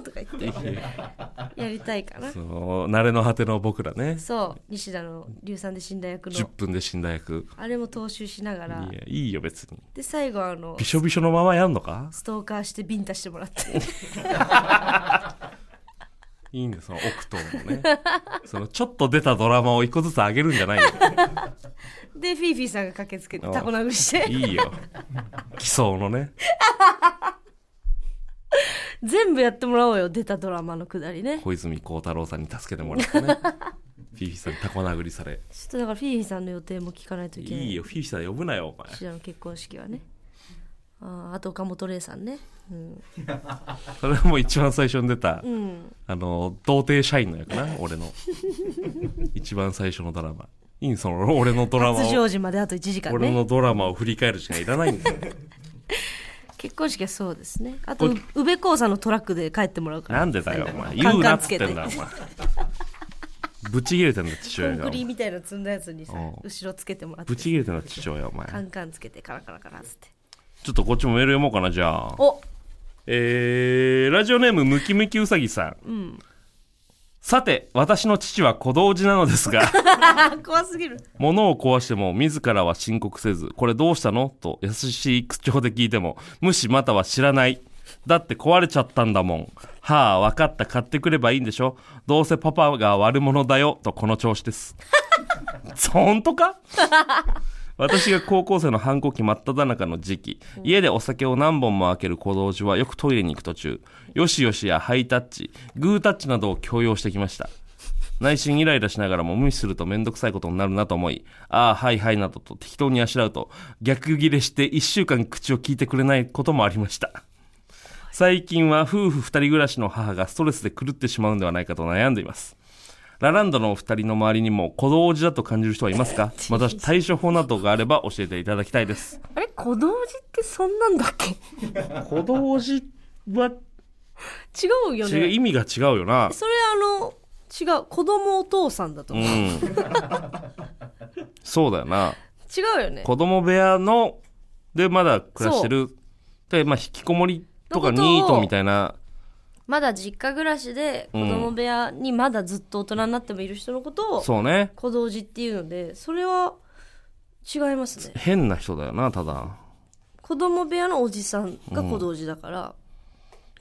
S2: ポーン!」とか言ってやりたいかな
S1: その、慣れの果ての僕らね。
S2: そう西田の硫酸で死んだ役
S1: 10
S2: の
S1: 分で死んだ役。
S2: あれも踏襲しながら
S1: いや、いいよ、別に。
S2: で最後あの
S1: びしょびしょのままやんのか
S2: ストーカーしてビンタしてもらって
S1: いいんですよ、その奥ともね。 その、ちょっと出たドラマを一個ずつ上げるんじゃない よ。
S2: でフィーフィーさんが駆けつけて
S1: ああ
S2: タコ殴りして
S1: いいよ。奇想のね。
S2: 全部やってもらおうよ出たドラマのくだりね
S1: 小泉孝太郎さんに助けてもらってね。フィフィさんにタコ殴りされ。
S2: ちょっとだからフィーフィーさんの予定も聞かないといけない
S1: いいよ、フィフィさん呼ぶなよ、お前。
S2: 西田の結婚式はねあああと岡本玲さんねうん、
S1: それはもう一番最初に出た、
S2: うん、
S1: あの、童貞社員の役な、俺の。一番最初のドラマ。いいんその俺のドラマ
S2: 初
S1: を。
S2: 成時まであと1時間
S1: 俺
S2: ね
S1: のドラマを振り返るしかいらないんだよ。
S2: 結婚式はそうですねあと
S1: こ
S2: う宇部興産のトラックで帰ってもらうから
S1: なんでだよ、お前。言うなっつってんだ、お前。ぶち切れたんだ父
S2: コ
S1: 親
S2: ン
S1: が
S2: クリみたいなの積んだやつにさ
S1: うん
S2: 後ろつけてもらって
S1: ぶち切れたんだ父親お前
S2: カンカンつけてカラカラカラっつって
S1: ちょっとこっちもメール読もうかなじゃあ
S2: お
S1: えー、ラジオネームムキムキウサギさん、さて私の父は小道寺なのですが
S2: あ怖すぎる
S1: 物を壊しても自らは申告せずこれどうしたのと優しい口調で聞いても無視または知らないだって壊れちゃったんだもんはあ分かった買ってくればいいんでしょどうせパパが悪者だよとこの調子です 本当か 私が高校生の反抗期真っ只中の時期家でお酒を何本も開ける小道寺はよくトイレに行く途中よしよしやハイタッチグータッチなどを強要してきました内心イライラしながらも無視するとめんどくさいことになるなと思いああはいはいなどと適当にあしらうと逆ギレして1週間口を聞いてくれないこともありました最近は夫婦2人暮らしの母がストレスで狂ってしまうんではないかと悩んでいますラランドのお二人の周りにも小道寺だと感じる人はい ますかまた対処法などがあれば教えていただきたいです
S2: あれ小道寺ってそんなんだっけ
S1: 小道寺は
S2: 違うよ
S1: 違う
S2: ね
S1: 意味が違うよな
S2: それあの違う子供お父さんだと
S1: う
S2: 思う、違
S1: んそうだよな
S2: うよね
S1: 子供部屋のでまだ暮らしてるでまあ引きこもりとか
S2: のことを
S1: ニートみたいな
S2: まだ実家暮らしで子供部屋にまだずっと大人になってもいる人のことを
S1: そうね
S2: 小道寺っていうのでそれは違いますね
S1: 変な人だよなただ
S2: 子供部屋のおじさんが小道寺だから、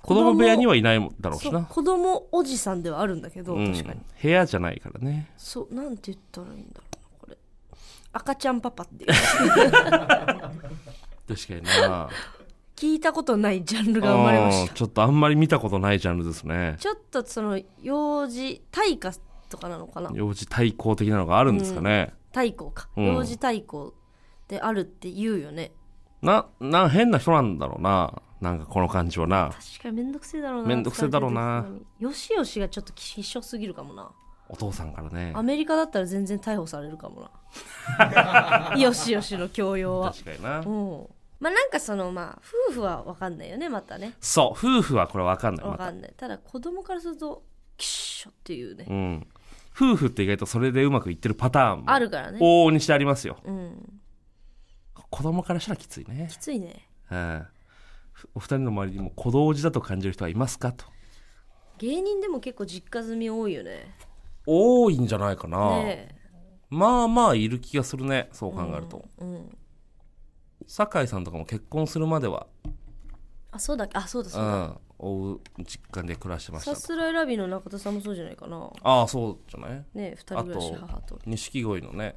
S1: 子
S2: 供
S1: 供部屋にはいないだろう
S2: そ
S1: し
S2: う
S1: な
S2: 子供おじさんではあるんだけど、
S1: うん
S2: 確かに
S1: 部屋じゃないからね
S2: そうなんて言ったらいいんだろうなこれ赤ちゃんパ パっていう
S1: 確かにな
S2: 聞いたことないジャンルが生まれま
S1: う
S2: し
S1: ん
S2: た
S1: ちょっとあんまり見たことないジャンルですね
S2: ちょっとその幼児対価とかなのかな
S1: 幼児対抗的なのがあるんですかね、
S2: 対抗か、
S1: うん
S2: 幼児対抗であるって言うよね
S1: なな変な人なんだろうななんかこの感じはな
S2: 確かにめんどくせえだろうな
S1: めんどくせえだろうな
S2: 疲れてる時によしよしがちょっと希少すぎるかもな
S1: お父さんからね
S2: アメリカだったら全然逮捕されるかも なよしよしの強要は
S1: 確かにな
S2: うんまあなんかそのまあ夫婦は分かんないよねまたね
S1: そう夫婦はこれわかんない
S2: 分
S1: ま
S2: か
S1: た
S2: んないただ子供からするとキッショっていうね、
S1: うん夫婦って意外とそれでうまくいってるパターンも
S2: あるからね
S1: 往々にしてありますよ
S2: うん
S1: 子供からしたらきついね、
S2: きついね
S1: うん、お二人の周りにも子同時だと感じる人はいますかと
S2: 芸人でも結構実家住み多いよね
S1: 多いんじゃないかな、
S2: ねえ
S1: まあまあいる気がするねそう考えると、
S2: うん
S1: 酒井さんとかも結婚するまでは
S2: あそうだっけあそうだ
S1: う
S2: そうだ
S1: んおう実家で暮らしてました
S2: さ
S1: と
S2: すらいラビの中田さんもそうじゃないかな
S1: ああそうじゃない
S2: ねえ二
S1: あ
S2: 人暮らし
S1: と
S2: 母と
S1: 錦鯉のね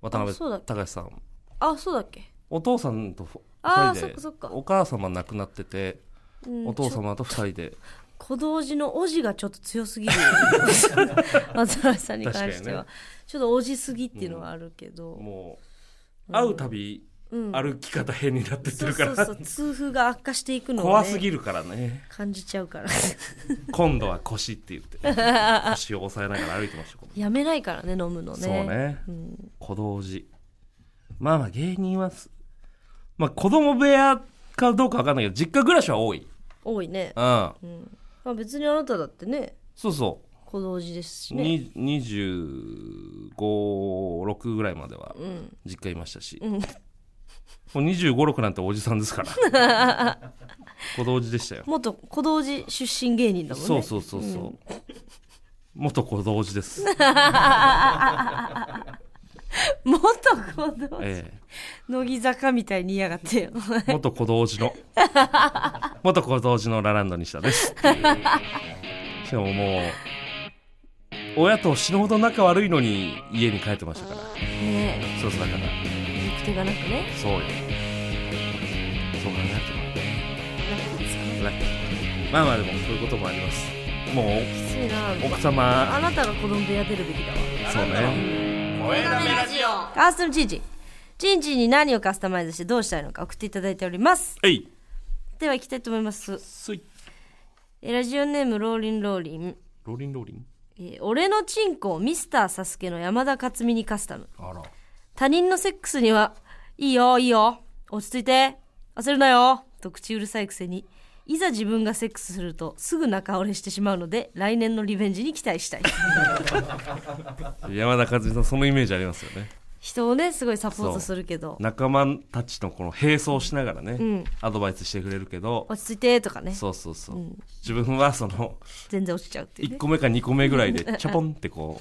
S1: 渡
S2: あそうだ
S1: 辺隆さん
S2: あそうだっけ
S1: お父さんとふ
S2: あ
S1: 二人
S2: ーそっ
S1: で
S2: かそっか
S1: お母様亡くなってて
S2: うん
S1: お父様と二人で
S2: 小道寺のおじがちょっと強すぎ る松原さんに関しては、
S1: 確かにね
S2: ちょっとおじすぎっていうのはあるけど、
S1: もう会うたび
S2: うん
S1: 歩き方変になってって
S2: そう
S1: るか
S2: そう
S1: ら
S2: そう痛風が悪化していくのを、ね、
S1: 怖すぎるからね
S2: 感じちゃうから
S1: 今度は腰って言って腰を押さえながら歩いてました
S2: やめないからね飲むのね
S1: そうね
S2: うん、
S1: 小道寺まあまあ芸人はすまあ子供部屋かどうかわかんないけど実家暮らしは多い
S2: 多いね、
S1: うん
S2: うんまあ、別にあなただってね
S1: そうそ
S2: 小道寺ですし
S1: う、
S2: ね
S1: に256ぐらいまでは
S2: うん
S1: 実家いましたし、
S2: ん
S1: もう2 5六なんておじさんですから 小道寺でしたよ
S2: 元小道寺出身芸人だもんね
S1: そうそうそうそう、元小道寺 です、
S2: 元小道寺
S1: え
S2: 乃木坂みたいに言いやがっ てよ
S1: え、元小道寺の元小道寺のラランドにしたですしかももう親と死ぬほど仲悪いのに家に帰ってましたから
S2: ね
S1: そうそうだから
S2: え行く手がなくね
S1: そうよそう考えてもらってまあまあでもそういうこともありますもう
S2: きついな
S1: 奥様
S2: あなたが子供部屋出るべきだわ
S1: そうね
S3: 声だめラジオ
S2: カーストのチンチンチンチンに何をカスタマイズしてどうしたいのか送っていただいております
S1: えい
S2: では行きたいと思います
S1: スイ
S2: えラジオネームローリンローリン、
S1: ローリンローリン
S2: えー俺のチンコをミスターサスケの山田勝美にカスタム
S1: あら
S2: 他人のセックスには「いいよいいよ落ち着いて焦るなよ」と口うるさいくせにいざ自分がセックスするとすぐ仲折れしてしまうので来年のリベンジに期待したい
S1: 山田和美さんそのイメージありますよね
S2: 人をねすごいサポートするけど
S1: 仲間たちのこの並走しながらね、
S2: ん
S1: アドバイスしてくれるけど
S2: 落ち着いてとかね
S1: そうそうそう、自分はその
S2: 全然落ちちゃうっていうね
S1: 1個目か2個目ぐらいでチャポンってこ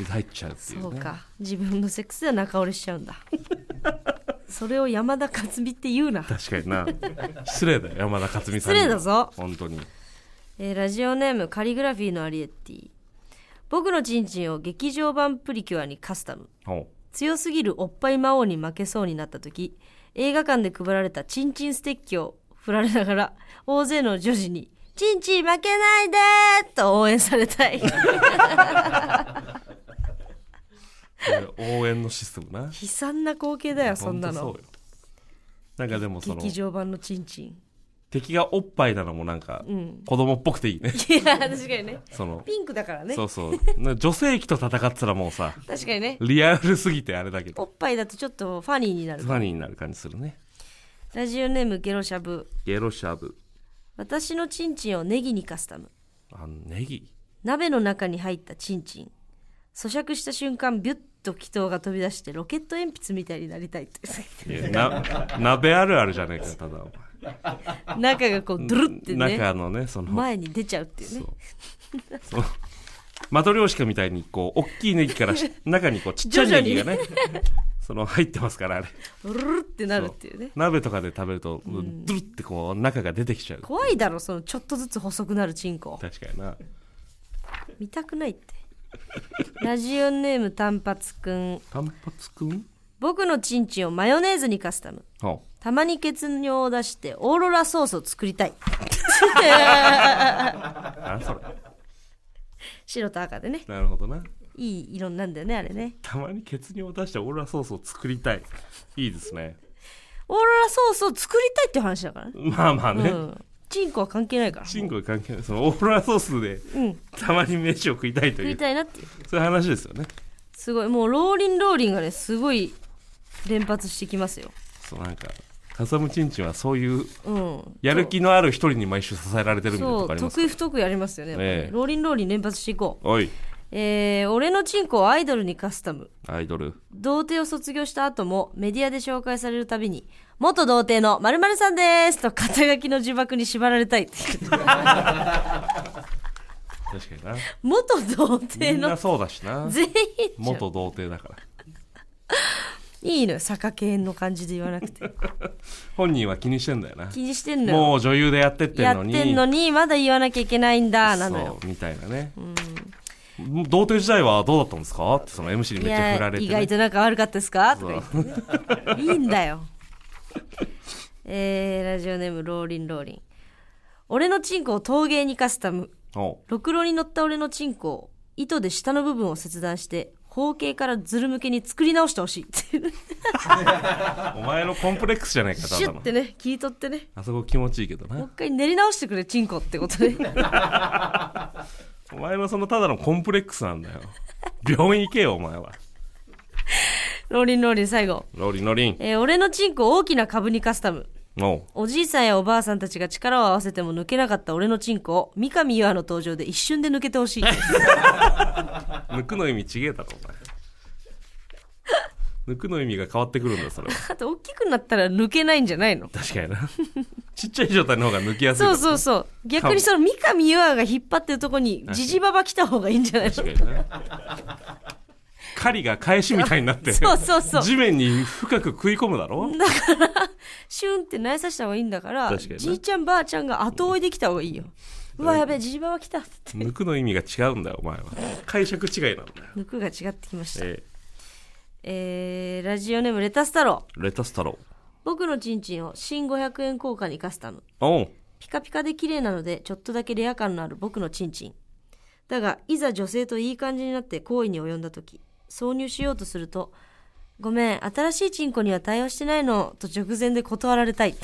S1: う入っちゃうっていうね
S2: そうか自分のセックスでは仲折れしちゃうんだそれを山田勝美って言うな、
S1: 確かにな失礼だよ山田勝美さんに
S2: 失礼だぞ
S1: 本当に
S2: えーラジオネームカリグラフィーのアリエッティ僕のチンチンを劇場版プリキュアにカスタム
S1: ほ
S2: 強すぎるおっぱい魔王に負けそうになった時映画館で配られたチンチンステッキを振られながら大勢の女児に「チンチン負けないで!」と応援さ れたい
S1: うこれ応援のシステムな
S2: 悲惨な光景だ よそんな
S1: ほ
S2: の
S1: とそうよなんかでもその
S2: 劇場版のチン チン
S1: 敵がおっぱいなのもなんか子供っぽくていいね、
S2: いや確かにね
S1: その
S2: ピンクだからね
S1: そうそうな女性器と戦ってたらもうさ
S2: 確かにね
S1: リアルすぎてあれだけど
S2: おっぱいだとちょっとファニーになる
S1: ファニーになる感じするね
S2: ラジオネームゲロシャブ
S1: ゲロシャブ
S2: 私のチンチンをネギにカスタム
S1: あネギ
S2: 鍋の中に入ったチンチン咀嚼した瞬間ビュッと気筒が飛び出してロケット鉛筆みたいになりた いって
S1: いやな 鍋あるあるじゃねえかよただお前
S2: 中がこうドゥルってね
S1: 中のねその
S2: 前に出ちゃうっていうね
S1: そうそのマトリョーシカみたいにこう大きいネギから し中にこうちっちゃいネギがね その入ってますからあ れ
S2: ドゥルってなるっていうね
S1: 鍋とかで食べるとドゥルってこう中が出てきちゃう
S2: 怖いだろそのちょっとずつ細くなるチンコ
S1: 確かにな
S2: 見たくないって ラジオネーム単発くん
S1: 単発くん
S2: 僕のチンチンをマヨネーズにカスタム
S1: ほ
S2: たまに血尿を出してオーロラソースを作 りたい
S1: うあそれ
S2: 白と赤でね
S1: なるほどない
S2: い色なんだよねあれね
S1: たまに血尿を出してオーロラソースを作りたいいいですね
S2: オーロラソースを作りたいっていう話だからね
S1: まあまあね、
S2: うんチンコは関係ないから
S1: シンゴは関係ないそのオーロラソースで
S2: うん
S1: たまに飯を食いたいと
S2: 作
S1: い
S2: り
S1: う
S2: たいなっていう
S1: そういう話ですよね
S2: すごいもうローリンローリンがねすごい連発してきますよ
S1: そうなんかカサムチンチンはそういう
S2: うん
S1: やる気のある一人に毎週支えられてるみたいな
S2: そ
S1: とこあ
S2: う
S1: ります
S2: 得意不得意ありますよねやっぱりね
S1: ええ
S2: ローリンローリン連発していこう
S1: おい
S2: えー、俺のチンコをアイドルにカスタム
S1: アイドル
S2: 童貞を卒業した後もメディアで紹介されるたびに「元童貞の〇〇さんです」と肩書きの呪縛に縛られたい っていう
S1: 確かに な
S2: 元童貞
S1: みんな
S2: の
S1: そうだしな
S2: 全員じゃん
S1: 元童貞だから
S2: いいのよ坂犬の感じで言わなく て
S1: 本人は気にしてんだよな
S2: 気にしてんのよ
S1: もう女優でやってって
S2: や
S1: んの
S2: っ
S1: に
S2: てんのにまだ言わなきゃいけないんだなのよ
S1: そうみたいなね童貞時代はどうだったんですかってその MC に
S2: い
S1: めっちゃ振
S2: や
S1: られて
S2: 意
S1: ね
S2: 外と仲悪かったですかと
S1: そ
S2: か言って
S1: う
S2: いいんだよ。えー、ラジオネームローリンローリン。俺のチンコを陶芸にカスタム。
S1: おう
S2: ろくろに乗った俺のチンコを糸で下の部分を切断して、方形からズル向けに作り直してほし いっていうね。
S1: お前のコンプレックスじゃないかた
S2: シュ
S1: だ
S2: ッ
S1: の
S2: てね、切り取ってね。
S1: あそこ気持ちいいけど
S2: もう
S1: な
S2: 一回練り直してくれ、チンコってこと で。
S1: お前のそのただのコンプレックスなんだよ病院行けよお前は
S2: ローリンローリン最後。
S1: ロリノリン
S2: えー、俺のチンコを大きな株にカスタム。
S1: おう
S2: おじいさんやおばあさんたちが力を合わせても抜けなかった俺のチンコを三上優愛の登場で一瞬で抜けてほし い。
S1: 抜くの意味ちげえだろお前抜くの意味が変わってくるんだそれは
S2: あと大きくなったら抜けないんじゃないの
S1: 確かに なちっちゃい状態の方が抜きやすいか
S2: そ
S1: ら
S2: うそうそう逆にその三上優愛が引っ張ってるとこにジジババ来た方がいいんじゃないの
S1: 確かにな狩りが返しみたいになって
S2: そうそうそう
S1: 地面に深く食い込むだろ
S2: シュンってなえさせた方がいいんだから
S1: 確かにね
S2: じいちゃんばあちゃんが後追いできた方がいいようわやべえジジババ来たって
S1: 抜くの意味が違うんだよお前は解釈違いなんだよ、
S2: 抜くが違ってきました
S1: え
S2: えー、ラジオネームレタス太郎
S1: ーレタス太郎
S2: 僕のチンチンを新500円硬貨にカスタム
S1: おう
S2: ピカピカで綺麗なのでちょっとだけレア感のある僕のチンチンだがいざ女性といい感じになって行為に及んだ時挿入しようとすると「ごめん新しいチンコには対応してないの」と直前で断られたい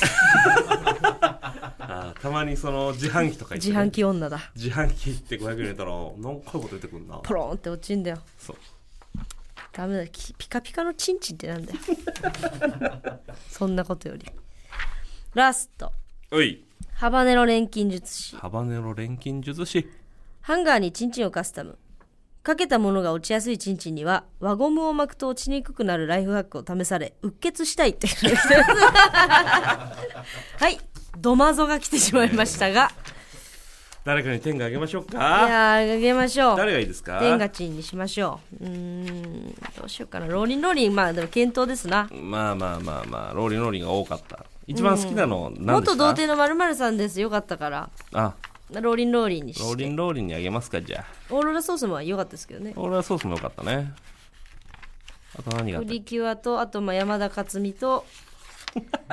S1: あーたまにその自販機とか行って
S2: 自
S1: ね、
S2: 販機女だ
S1: 自販機行って500円入れたら何回も出てくるな
S2: ポロンって落ちんだよ
S1: そう
S2: ダメだきピカピカのチンチンってなんだ よそんなことよりラスト
S1: おい
S2: ハバネロ錬金術師
S1: ハバネロ錬金術師
S2: ハンガーにチンチンをカスタムかけたものが落ちやすいチンチンには輪ゴムを巻くと落ちにくくなるライフハックを試されうっ血したいってはいドマゾが来てしまいましたが
S1: 誰かに天下あげましょう
S2: い
S1: か
S2: やーあげましょう
S1: 誰がいいですか
S2: 天下チンにしましょううーんどうしようかなローリンローリンまあでも検討ですな
S1: まあまあまあまあローリンローリンが多かった一番好きなの何で
S2: 元
S1: した
S2: 童貞のまるまるさんですよかったから
S1: あ
S2: ローリンローリンにして
S1: ローリンローリンにあげますかじゃあ
S2: オーロラソースも良かったですけどね
S1: 俺はソースも良かったねあと何があ
S2: プ
S1: った
S2: リキュアとあとまあ山田勝 美と、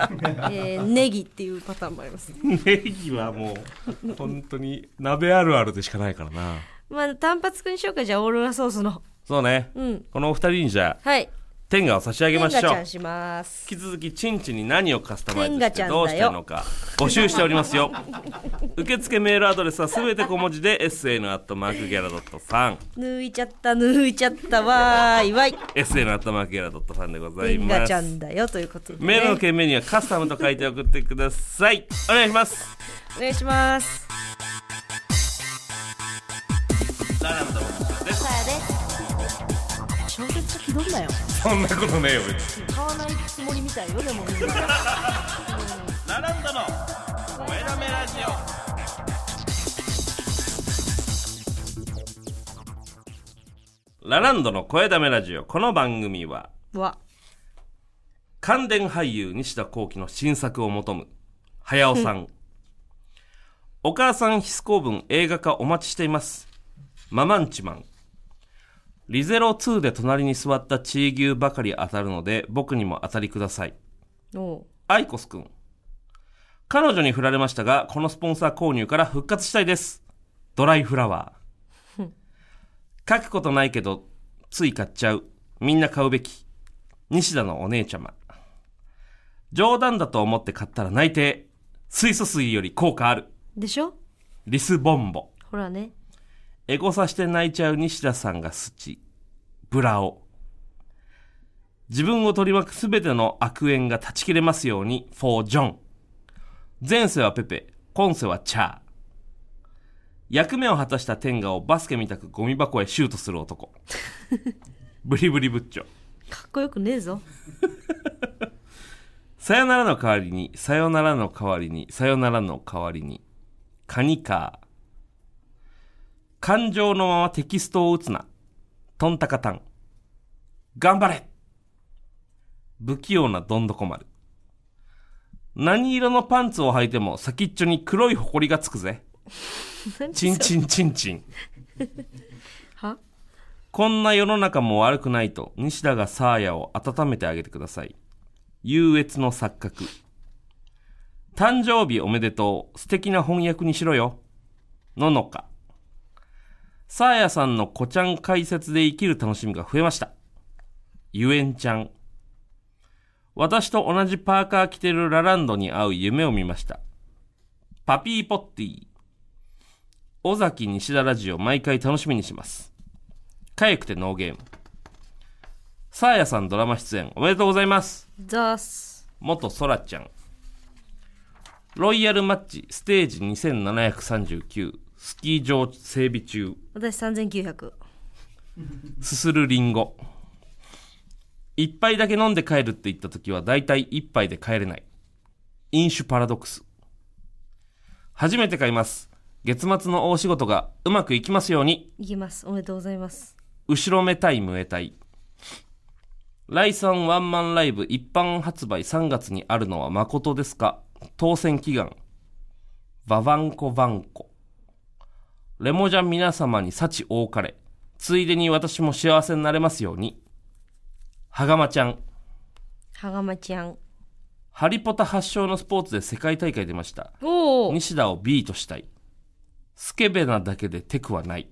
S2: えー、ネギっていうパターンもあります
S1: ネギはもう本当に鍋あるあるでしかないからな
S2: まあ単発くんにしようかじゃあオーロラソースの
S1: そうね、
S2: うん
S1: このお二人にじゃあ
S2: はい
S1: 天下を差し上げ
S2: 天
S1: ま
S2: ガ
S1: し
S2: ち
S1: ょう
S2: ゃんします
S1: 引き続きチンチンに何をカスタマイズ
S2: 天
S1: し
S2: 下ち
S1: て
S2: ゃんだ
S1: ど
S2: よ
S1: うしてるのか募集しておりますよ受付メールアドレスはすべて小文字で sn アットマークギャラドットさん
S2: 抜いちゃった抜いちゃったわーいわい
S1: sn アットマークギャラドットさんでござい
S2: 天
S1: ま
S2: ガち
S1: す
S2: ゃんだよということで、
S1: メールの
S2: ね、
S1: 件名にはカスタムと書いて送ってくださいお願いします
S2: お願いします小説書きどんだよ
S1: そんなことねえよ
S2: 買わないつもりみたいよでも
S1: ラランドのメラメラジオラランドの声だめラジオこの番組は
S2: わ
S1: 関電俳優西田幸喜の新作を求む早尾さんお母さん必須公文映画化お待ちしていますママンチマンリゼロ2で隣に座ったチー牛ばかり当たるので僕にも当たりください
S2: おう
S1: アイコスくん。彼女に振られましたが、このスポンサー購入から復活したいです。ドライフラワー。書くことないけど、つい買っちゃう。みんな買うべき。西田のお姉ちゃま。冗談だと思って買ったら内定。水素水より効果ある。
S2: でしょ
S1: リスボンボ。
S2: ほらね
S1: エゴさして泣いちゃう西田さんが好き。ブラオ。自分を取り巻くすべての悪縁が断ち切れますように、フォージョン。前世はペペ、今世はチャー。役目を果たした天下をバスケみたくゴミ箱へシュートする男。ブリブリブッチョ。
S2: かっこよくねえぞ
S1: さよならの代わりに、さよならの代わりに、さよならの代わりに、カニカー。感情のままテキストを打つな。トンタカタン。頑張れ不器用などんどこ丸。何色のパンツを履いても先っちょに黒い埃がつくぜ。チンチンチンチン。
S2: は
S1: こんな世の中も悪くないと、西田がサーヤを温めてあげてください。優越の錯覚。誕生日おめでとう。素敵な翻訳にしろよ。ののか。サーヤさんの子ちゃん解説で生きる楽しみが増えました。ゆえんちゃん。私と同じパーカー着てるラランドに会う夢を見ました。パピーポッティ。尾崎西田ラジオ毎回楽しみにします。かゆくてノーゲーム。サーヤさんドラマ出演おめでとうございます。
S2: ザース
S1: 元ソラちゃん。ロイヤルマッチステージ2739スキー場整備中。
S2: 私3900
S1: すするりんご。一杯だけ飲んで帰るって言った時は大体一杯で帰れない。飲酒パラドックス。初めて買います。月末の大仕事がうまくいきますように。
S2: いきますおめでとうございます
S1: 後ろめたいムエタイ。ライさんワンマンライブ一般発売3月にあるのは誠ですか当選祈願。ババンコバンコ。レモジャン皆様に幸多かれ。ついでに私も幸せになれますように。はがまちゃん。
S2: はがまちゃん
S1: ハリポタ発祥のスポーツで世界大会出ました。
S2: おお
S1: 西田を B としたい。スケベなだけでテクはない。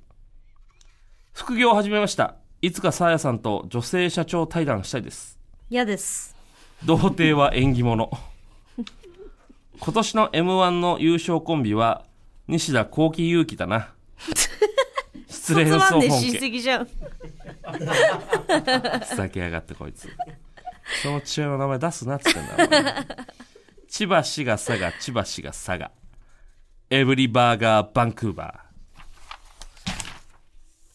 S1: 副業を始めました。いつかサーヤさんと女性社長対談したいです。
S2: 嫌です
S1: 童貞は縁起物。今年の M1 の優勝コンビは、西田幸喜勇気だな。失礼
S2: 卒
S1: の
S2: まん
S1: 総
S2: で
S1: 本
S2: 親
S1: 家。
S2: 戚じゃん
S1: ふざけやがってこいつ。その父親の名前出すなっつってんだお前。千葉市が佐賀、千葉市が佐賀。エブリバーガーバンクーバー。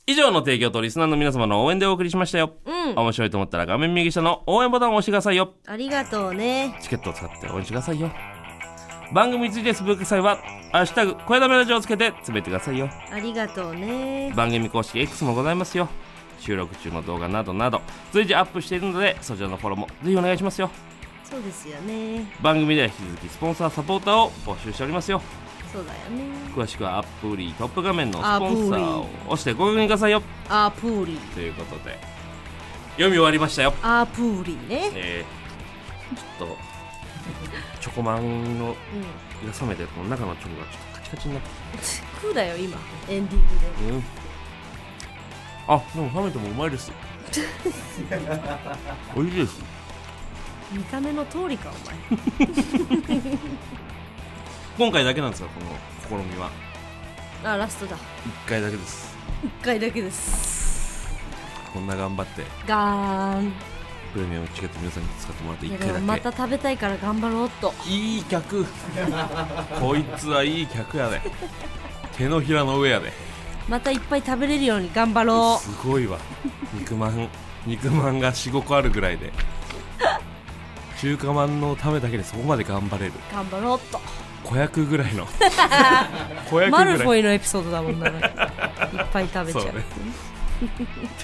S1: 以上の提供とリスナーの皆様の応援でお送りしましたよ。面白いと思ったら画面右下の応援ボタンを押してくださいよ。
S2: ありがとうね。
S1: チケットを使って応援してくださいよ。番組についてつぶやく際は、ハッシュタグ、声だめラジオをつけてつぶやいてくださいよ。
S2: ありがとうね。
S1: 番組公式 X もございますよ。収録中の動画などなど、随時アップしているので、そちらのフォローもぜひお願いしますよ。
S2: そうですよね。
S1: 番組では引き続きスポンサーサポーターを募集しておりますよ。
S2: そうだよね。
S1: 詳しくはアップリートップ画面のスポンサーを押してご確認くださいよ。
S2: アプーリー。
S1: ということで、読み終わりましたよ。
S2: アプーリーね。
S1: えー、ちょっと、チョコマンのが
S2: うん。
S1: 冷めて、この中のチョコがちょっとカチカチになって
S2: 食うだよ、今。エンディングで。
S1: うん。あ、でも冷めてもうまいです。美味しいです。
S2: 見た目の通りか、お前。
S1: 今回だけなんですよ、この試みは。
S2: あ、ラストだ。
S1: 一回だけです。
S2: 一回だけです。
S1: こんな頑張って、
S2: ガーン。
S1: プレミアムチケット皆さんに使ってもらって
S2: い
S1: 一
S2: や、で
S1: 回だ
S2: も
S1: け。
S2: また食べたいから頑張ろうっと。
S1: いい 客こいつはいい客やで手のひらの上やで
S2: またいっぱい食べれるように頑張ろ
S1: すごいわ肉まん肉まんが45個あるぐらいで中華まんのためだけでそこまで頑張れる
S2: う。頑張ろうっと。
S1: 子役ぐ らいの子役
S2: マル
S1: ぐ
S2: フ
S1: ら
S2: ォ
S1: い
S2: イのエピソードだも んな、ね、いっぱい食べちゃう
S1: そうね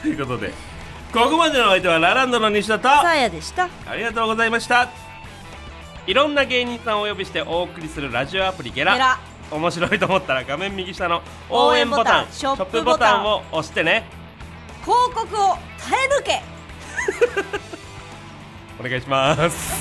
S1: ということでここまでのお相手はラランドの西田と
S2: さあやでした
S1: ありがとうございましたいろんな芸人さんをお呼びしてお送りするラジオアプリゲラ
S2: ゲラ
S1: 面白いと思ったら画面右下の応援ボタン
S2: 応援ボタン
S1: ショップボタンを押してね
S2: 広告を耐え抜け
S1: お願いします